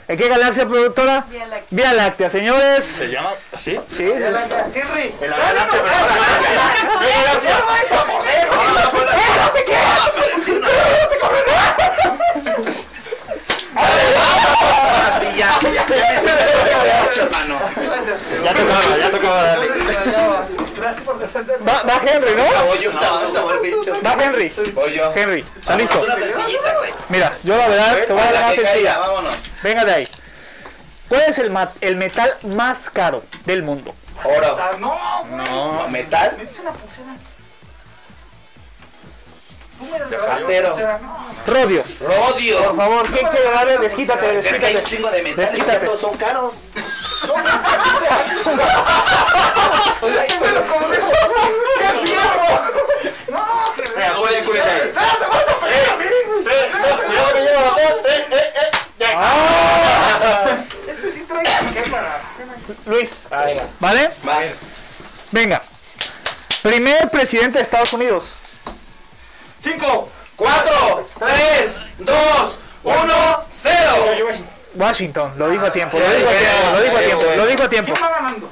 ¿En qué galaxia, productora? Vía Láctea. señores.
¿Se llama así?
Sí.
Henry.
El adelante, pero
Ah,
no,
Ah,
¡Ya lo vais a morder! ¡No te
Ahora sí, ya. Ya
Ya tocaba, ya tocaba darle.
Gracias por defenderme.
Va, va Henry, ¿no?
Voy yo, aguanta, voy bicho.
Va Henry.
Voy yo.
Henry, está
Vámonos,
listo.
Una sencillita, güey.
Mira, yo la verdad te voy a dar
La
más
que
sencilla.
caiga, vámonos.
Venga de ahí. ¿Cuál es el, ma- el metal más caro del mundo?
Oro.
No,
No. ¿Metal?
Me dices una pulsera. Tú me regalas una
acero.
pulsera, no.
Rodio.
Rodio.
Por favor, ¿quién quiere darle? Desquítate,
Es que hay un
desquítate.
chingo de metales, y
Desquítate.
ya todos son caros.
Pero como dijo, ¡qué fierro! No, que
Venga, voy a cubrir ahí.
¡Espérate, vas a pelear a mí!
Cuidado que lleva la voz. Eh, eh, eh.
Este sí trae cámara.
Luis,
Venga.
¿vale?
Más.
Venga. Primer presidente de Estados Unidos.
Cinco.
4, 3, 2, 1, 0.
Washington, lo dijo a tiempo, lo
Sí,
dijo a
bueno,
tiempo, lo dijo a
sí,
tiempo,
bueno.
lo dijo a tiempo.
¿Quién va ganando?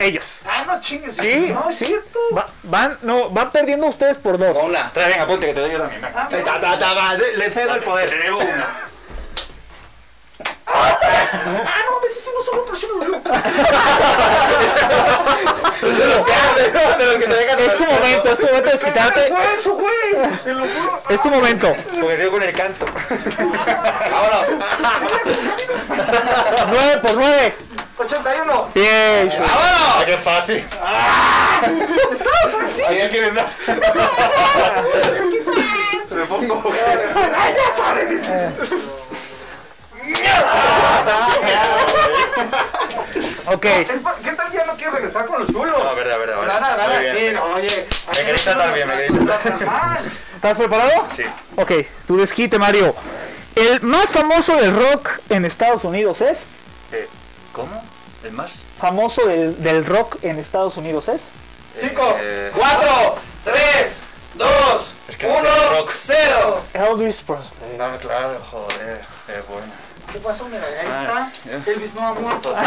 Ellos.
Ah, no chingues.
Sí.
No, es cierto.
Va- van, no, van perdiendo ustedes por dos.
Una.
Trae, venga, ponte que te doy yo también. venga.
Ah, no.
Ta, ta, ta, va, le- Le cedo el poder.
Te debo una.
Ah, no, ves, ese no solo, pero yo no lo veo.
De los que te dejan.
Es tu momento, es tu momento de desquitarte.
¡Eso, güey! ¡Te lo juro!
Es tu momento.
Porque te digo con el canto.
Vámonos.
Nueve por nueve.
81.
Bien.
Ah, qué fácil.
¡Estaba fácil!
¿A quién quieres dar? Me pongo.
¡Ah, ya sabe! Dice.
Ok.
Es pa- ¿Qué tal si ya no quiere regresar con los chulos?
Ah,
A ver, a ver, a ver.
Gana,
Muy
gana,
bien.
sí, no, oye.
Me queréis tratar bien, me queréis tratar
Mal.
¿Estás preparado?
Sí.
Ok, tu desquite, Mario. El más famoso del rock en Estados Unidos es.
Eh, ¿Cómo? ¿El más?
Famoso del, del rock en Estados Unidos es.
Cinco.
Eh,
4, 3, 2,
que no
1,
sé rock.
0.
Elvis Presley.
ah, claro, joder. Es bueno.
¿Qué pasó? Mira, ahí está. Elvis no ha muerto.
No, no,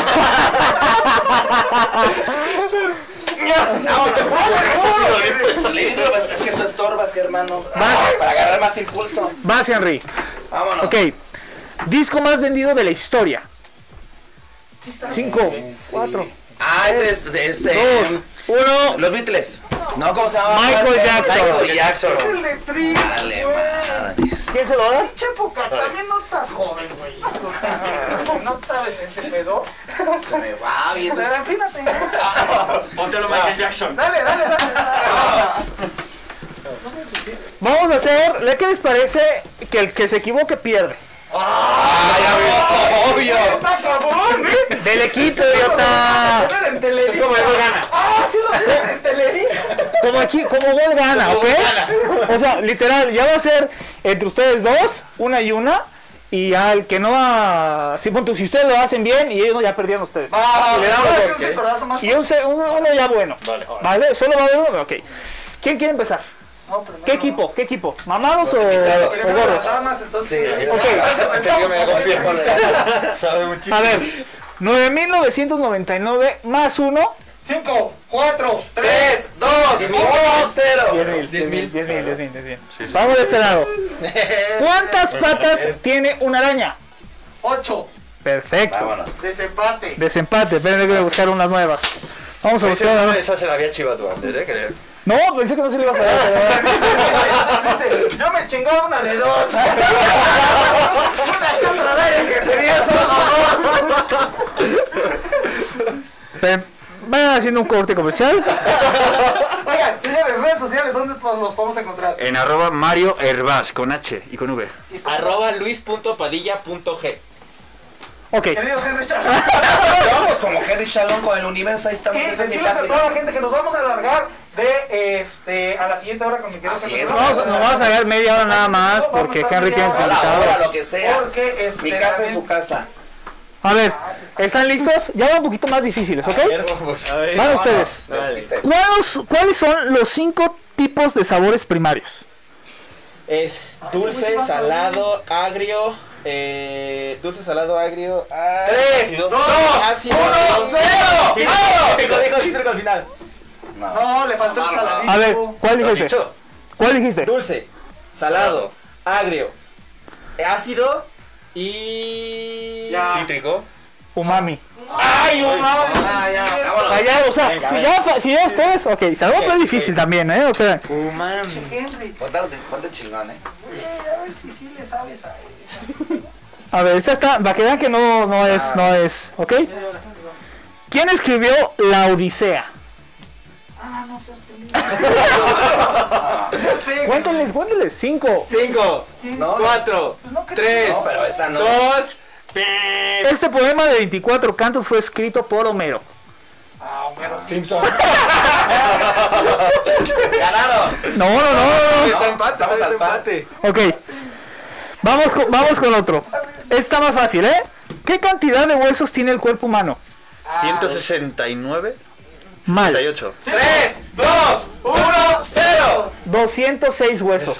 no. Le digo, pues, Es que tú estorbas, hermano. Para agarrar más impulso.
Vas, Henry.
Vámonos.
Ok. Disco más vendido de la historia. Cinco, cuatro,
Ah, ese es de
dos,
ese.
uno.
Los Beatles. No, ¿cómo se llama?
Michael Jackson.
Michael Jackson.
Es el de Tri.
Dale, madres.
¿Quién se lo da?
Che, poca, también no estás joven, güey. O sea, No sabes ese pedo.
Se me va bien.
Pero empínate.
Póntelo Michael Jackson.
Dale, dale, dale.
Vamos a hacer. ¿le- ¿Qué les parece que el que se equivoque pierde?
Ay, a poco, Ah, obvio.
Está cabrón, ¿eh?
Del equipo,
Lo
idiota.
poner en Televisa. Ah, sí lo ponen en Televisa.
Como aquí, como gol gana, ¿ok? O sea, literal, ya va a ser entre ustedes dos, una y una. Y al que no va. Si, pon tú, si ustedes lo hacen bien, y ellos no, ya perdieron ustedes.
va,
Y le
va,
damos
va,
dos.
es un sectorazo más
Y un se- un- uno ya bueno. Ah, Vale, solo va uno. Ok. ¿Quién quiere empezar? ¿Qué equipo? ¿Qué equipo? ¿Mamados o, o gordos?
eh,
entonces.
Ok. A ver, 9.999 más 1.
5, 4,
3, 2, 10.000, 10.000, 10.000. Vamos de este lado. ¿Cuántas patas tiene una araña?
8.
Perfecto.
Desempate.
Desempate, espérenme que voy a buscar unas nuevas. Vamos a buscar unas nuevas.
Esa se la había chivado tú antes, ¿eh? Creo.
No, pensé que no se le iba a dar.
Dice, yo me chingo una de dos. una que otra vez que tenía solo dos.
Ven, Vayan haciendo un corte comercial.
Oigan, señores, redes sociales, ¿dónde los podemos encontrar?
Eh.
En arroba Mario Herbás, con H y con V.
Arroba luis.padilla.g.
Ok.
Queridos Henry
Vamos Pues como Henry Shalom con el universo, ahí estamos.
Y
esa es mi
decirles a
página.
toda la gente que nos vamos a alargar de este a la siguiente hora con mi querido
Así
Henry
es,
Shalom.
Vamos, nos vamos a dar media hora nada más porque Henry tiene sus
A la hora, lo
invitados.
que sea.
Porque
Mi casa es su casa.
A ver, ¿están listos? Ya va un poquito más difíciles, ¿ok? Van ustedes. ¿Cuáles, ¿Cuáles son los cinco tipos de sabores primarios?
Es dulce, salado, agrio. Eh, dulce, salado, agrio.
Tres,
ácido,
dos,
ácido,
uno,
dulce.
cero,
Sí,
¡vamos!
cítrico, dijo cítrico al final.
No, le faltó el saladito.
A ver, ¿cuál dijiste? ¿Cuál dijiste?
Dulce, salado, agrio, ácido y cítrico.
Umami.
¡Ay, un
Ah, ya.
Allá, o sea, si ya, fa- si ya ustedes, ok, se va a poner difícil también, ¿eh? Ok.
Humano.
Henry,
Ponte chingón, eh.
eh, a ver si sí le sabes a él.
A ver, esta está, va a quedar que no, no
Ah.
es, no es, ¿ok? ¿Quién escribió La Odisea?
Ah, no sé.
Cuéntenles, cuéntenles. Cinco.
Cinco, cuatro,
Pues
tres,
No, pero esa no.
dos.
Este poema de 24 cantos fue escrito por Homero.
Ah, Ganaron.
No, no, no, no, no.
Está empate, estamos al empate.
Ok. Vamos con, vamos con otro. Está más fácil, ¿eh? ¿Qué cantidad de huesos tiene el cuerpo humano?
169.
Mal.
38.
2, 1, 0.
206 huesos.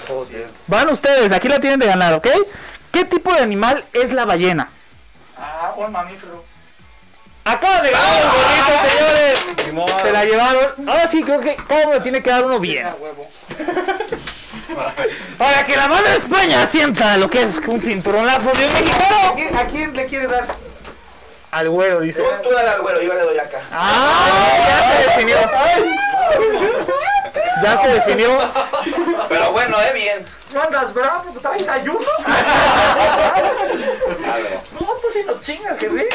Van ustedes, aquí la tienen de ganar, ¿ok? ¿Qué tipo de animal es la ballena?
Ah, un mamífero. Ah.
Acaba de ganar el gorrito, señores. Se la llevaron. Ahora sí, creo que cada uno tiene que dar uno bien. Para que la mano de España sienta lo que es un cinturonazo de un mexicano.
¿A quién, a quién le quieres dar?
Al güero, dice.
Tú dale al güero, yo le doy acá.
¡Ah! Ya se definió. Ya se definió.
Pero bueno, eh, bien.
¿No andas bravo? ¿Traes ayuno? No, tú sí nos chingas, Henry.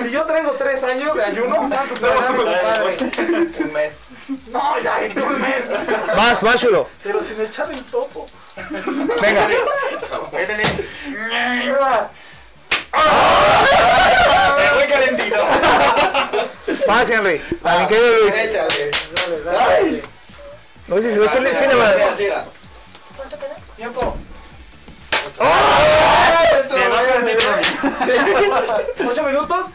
Si yo traigo tres años de ayuno, ¿cuánto te va a dar mi compadre?
Un mes.
No, ya en un mes.
Vas, vas, chulo.
Pero sin echar el topo.
Venga.
Me voy calentito.
Vas, Henry. A mi querido Luis.
Ah, Échale.
No sé si sí le- sí le va a dar.
Tiempo.
¿Ocho minutos?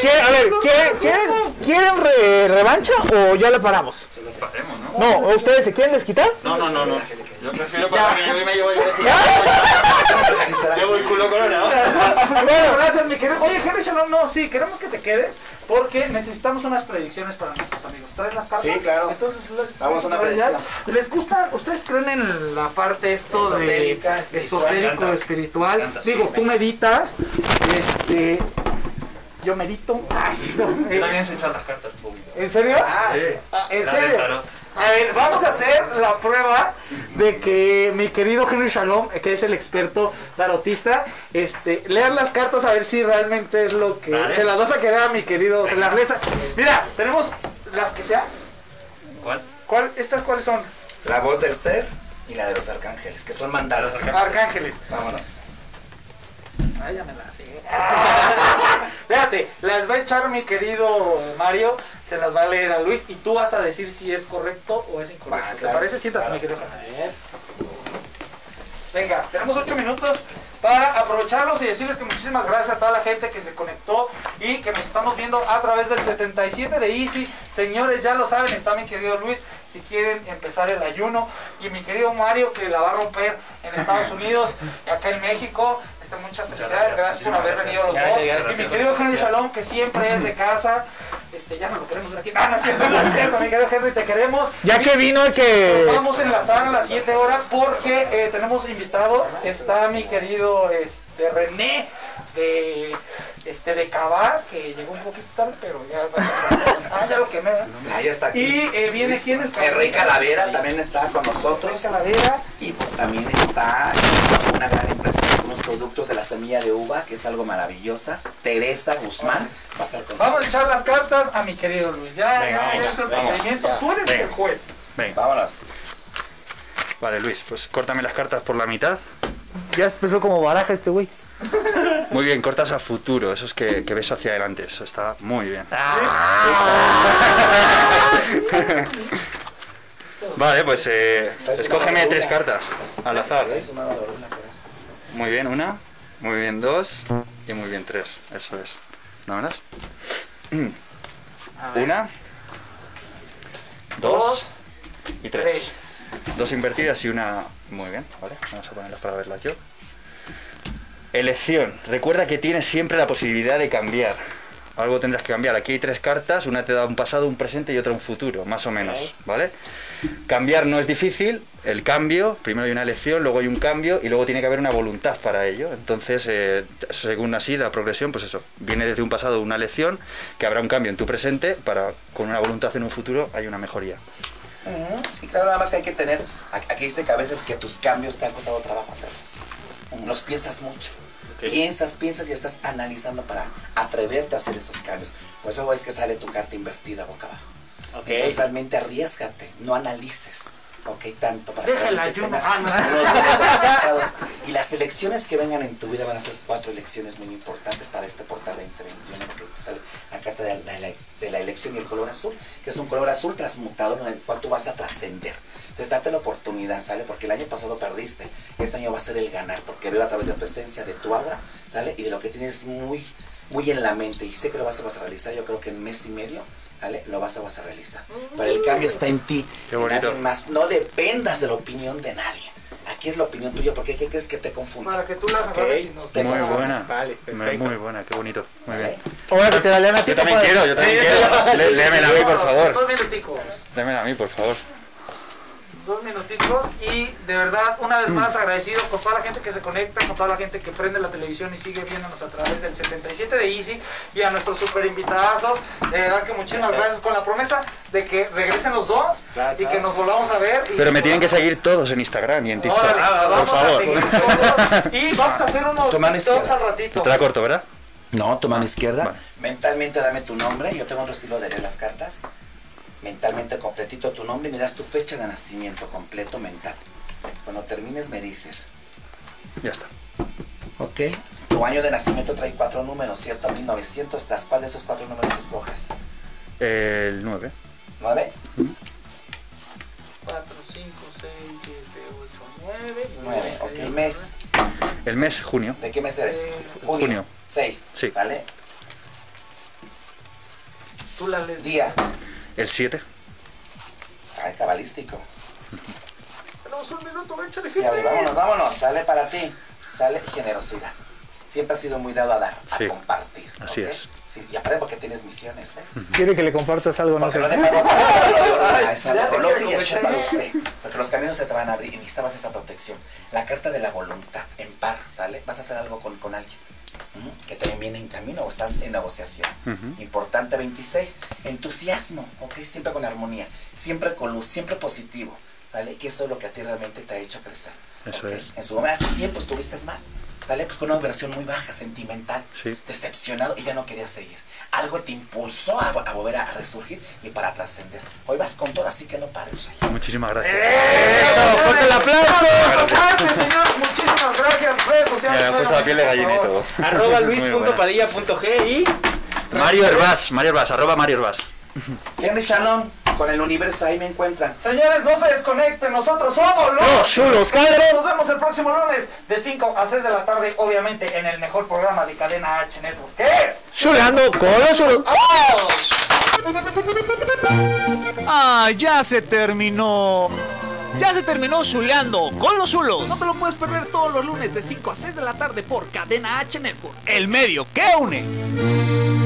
¿Quieren, a ver, ¿quieren, quieren, quieren re- revancha o ya la paramos? No, ¿o ¿ustedes se quieren desquitar?
No, no, no, no. Yo prefiero para que yo me llevo Llevo el culo coronado.
Bueno, gracias, mi querido. Oye, Henry Shalom, no, sí, queremos que te quedes porque necesitamos unas predicciones para nuestros amigos. ¿Traes las cartas?
Sí, claro.
Entonces, les-
Vamos a una
¿verdad?
predicción.
¿Les gusta? ¿Ustedes creen en la parte esto de
Esotérica, espiritual.
esotérico,
Me
espiritual? Digo, tú meditas, este. Yo medito. Ah, sí, no, eh,
También se echan las cartas públicas.
¿En serio? Ah, ¿En serio? A ver, vamos a hacer la prueba de que mi querido Henry Shalom, que es el experto tarotista, este, lean las cartas a ver si realmente es lo que...
Vale.
Se las vas a querer a mi querido, se las lees a- Mira, tenemos las que sea.
¿Cuál?
¿Cuál, ¿Estas cuáles son?
La voz del ser y la de los arcángeles, que son mandalas.
Arcángeles.
Vámonos.
Ay, ya me las sé. Fíjate, las va a echar mi querido Mario, se las va a leer a Luis y tú vas a decir si es correcto o es incorrecto.
Va,
¿Te
claro,
parece? Siéntate, mi
claro.
querido Henry. Venga, tenemos ocho minutos para aprovecharlos y decirles que muchísimas gracias a toda la gente que se conectó y que nos estamos viendo a través del 77 de Easy. Señores, ya lo saben, está mi querido Luis, si quieren empezar el ayuno. Y mi querido Mario, que la va a romper en Estados Unidos y acá en México. Este, muchas felicidades, gracias por haber venido los dos. Y mi querido Henry Shalom, que siempre es de casa. Este, ya no lo queremos ver aquí. No, no es cierto, no es cierto, mi querido Henry, te queremos.
Ya que vino el que.
Nos vamos a enlazar a las 7 horas porque eh, tenemos invitados. Está mi querido este, René de este de Cabá, que llegó un poquito tarde, pero ya, ah, ya lo quemé. ¿verdad?
Ah, ya está aquí.
Y eh, viene quién es
El Rey Calavera también está con nosotros.
Rey Calavera.
Y pues también está eh, una gran empresa con unos productos de la semilla de uva, que es algo maravillosa. Teresa Guzmán va a estar con
Vamos a
nosotros.
echar las cartas a mi querido Luis. Ya,
Venga,
ya, ya
venga,
es el
venga,
procedimiento.
ya.
Tú eres
Venga.
el juez.
Venga.
Vámonos.
Vale, Luis, pues córtame las cartas por la mitad.
Ya empezó como baraja este güey.
Muy bien, cortas a futuro, eso es que, que ves hacia adelante, eso está muy bien. Ah. vale, pues eh, escógeme tres cartas al azar. ¿eh? Muy bien, una, muy bien, dos y muy bien, tres, eso es. Dámelas. Una, dos y tres. Dos invertidas y una... Muy bien, vale, vamos a ponerlas para verlas yo. Elección. Recuerda que tienes siempre la posibilidad de cambiar. Algo tendrás que cambiar. Aquí hay tres cartas, una te da un pasado, un presente y otra un futuro, más o menos, ¿vale? Cambiar no es difícil, el cambio, primero hay una elección, luego hay un cambio y luego tiene que haber una voluntad para ello. Entonces, eh, según así, la progresión, pues eso, viene desde un pasado una elección, que habrá un cambio en tu presente, para con una voluntad en un futuro hay una mejoría.
Ujú, Sí, claro, nada más que hay que tener. a- Aquí dice que a veces que tus cambios te han costado trabajo hacerlos. Los piensas mucho. Piensas, piensas y estás analizando para atreverte a hacer esos cambios. Por eso es que sale tu carta invertida boca abajo. Entonces realmente arriesgate, no analices. Ok, tanto para que
Deja el
realmente
ayuno.
tengas
Ah, no.
unos buenos resultados. Y las elecciones que vengan en tu vida van a ser cuatro elecciones muy importantes para este portal 2021. Porque te sale la carta de la, de la- de la elección y el color azul, que es un color azul transmutado en el cual tú vas a trascender. Entonces date la oportunidad, ¿sale? Porque el año pasado perdiste. Este año va a ser el ganar, porque veo a través de tu esencia, de tu aura, ¿sale? Y de lo que tienes muy, muy en la mente. Y sé que lo vas a, vas a realizar, yo creo que en mes y medio, ¿sale? Lo vas a, vas a realizar. Pero el cambio está en ti.
Qué bonito.
Nadie más. No dependas de la opinión de nadie. Aquí es la opinión tuya, porque ¿qué crees que te confunde?
Para que tú las agarres y nos
Te
Muy
confunde.
buena. muy buena, qué bonito. Muy bien.
Ahora que te la lean a ti.
Yo también
compadre.
quiero, yo también quiero. Lé- Léemela a mí, por favor.
Dos minuticos.
Léemela a mí, por favor.
Dos minuticos. Y de verdad, una vez más agradecido con toda la gente que se conecta, con toda la gente que prende la televisión y sigue viéndonos a través del 77 de Easy y a nuestros super invitadazos. De verdad que muchísimas gracias con la promesa de que regresen los dos y que nos volvamos a ver. y
Pero me
podamos-
tienen que seguir todos en Instagram y en TikTok.
Órale,
Por
vamos a
favor.
seguir todos. Y vamos a hacer unos
Tu mano
TikToks
izquierda.
al ratito.
Te la corto, ¿verdad?
No, tu mano izquierda. Mentalmente dame tu nombre. Yo tengo otro estilo de leer las cartas. Mentalmente completito tu nombre y me das tu fecha de nacimiento completo mental. Cuando termines me dices.
Ya está.
Ok. Tu año de nacimiento trae cuatro números, ¿cierto? 1900. ¿Tras cuál de esos cuatro números escoges?
El 9.
¿Nueve?
4, 5, 6, 7, 8, 9.
Nueve.
Este,
Ok, mes.
El mes, junio.
¿De qué mes eres?
Junio.
Seis.
Sí.
¿Vale?
Tú la lees.
Día.
El 7.
Ay, cabalístico.
Tenemos un minuto, échale.
Sí, abre, vámonos, vámonos. Sale para ti. Sale generosidad. Siempre has sido muy dado a dar, a
Sí.
compartir.
Así es.
Sí, y aparte porque tienes misiones, ¿eh?
Quiere que le compartas algo, no sé.
No te pago nada, no te pago nada,
Ay,
exacto.
ya te
Coloque
quiero
y Yeshua para
convencer.
usted. Porque los caminos se te van a abrir y necesitabas esa protección. La carta de la voluntad, en par, ¿sale? Vas a hacer algo con, con alguien. Ujú, Que también viene en camino o estás en negociación. Importante 26, entusiasmo, ¿ok? Siempre con armonía, siempre con luz, siempre positivo, ¿sale? Que eso es lo que a ti realmente te ha hecho crecer.
Eso
¿ok?
es.
En su momento, hace tiempo estuviste mal, ¿sale? Pues con una versión muy baja, sentimental,
Sí.
decepcionado y ya no querías seguir. Algo te impulsó a, a volver a, a resurgir y para trascender. Hoy vas con todo, así que no pares, Rey.
Muchísimas gracias.
Eh,
¡Fuerte el aplauso!
Gracias, señor. Muchísimas gracias. Redes sociales.
Me ha puesto la piel de gallina y todo.
Arroba
Muy buena.
luis.padilla.g y...
Mario Herbás, Mario Herbás, arroba Mario Herbás.
Henry Shalom, Con el universo ahí me encuentran.
Señores, no se desconecten, nosotros somos los,
Los Chulos Calderón.
Nos vemos el próximo lunes de 5 a 6 de la tarde, obviamente en el mejor programa de cadena H Network, que es
Chuleando con los chulos.
¡Ah, ya se terminó! Ya se terminó chuleando con los chulos. No te lo puedes perder todos los lunes de 5 a 6 de la tarde por Cadena H Network, el medio que une.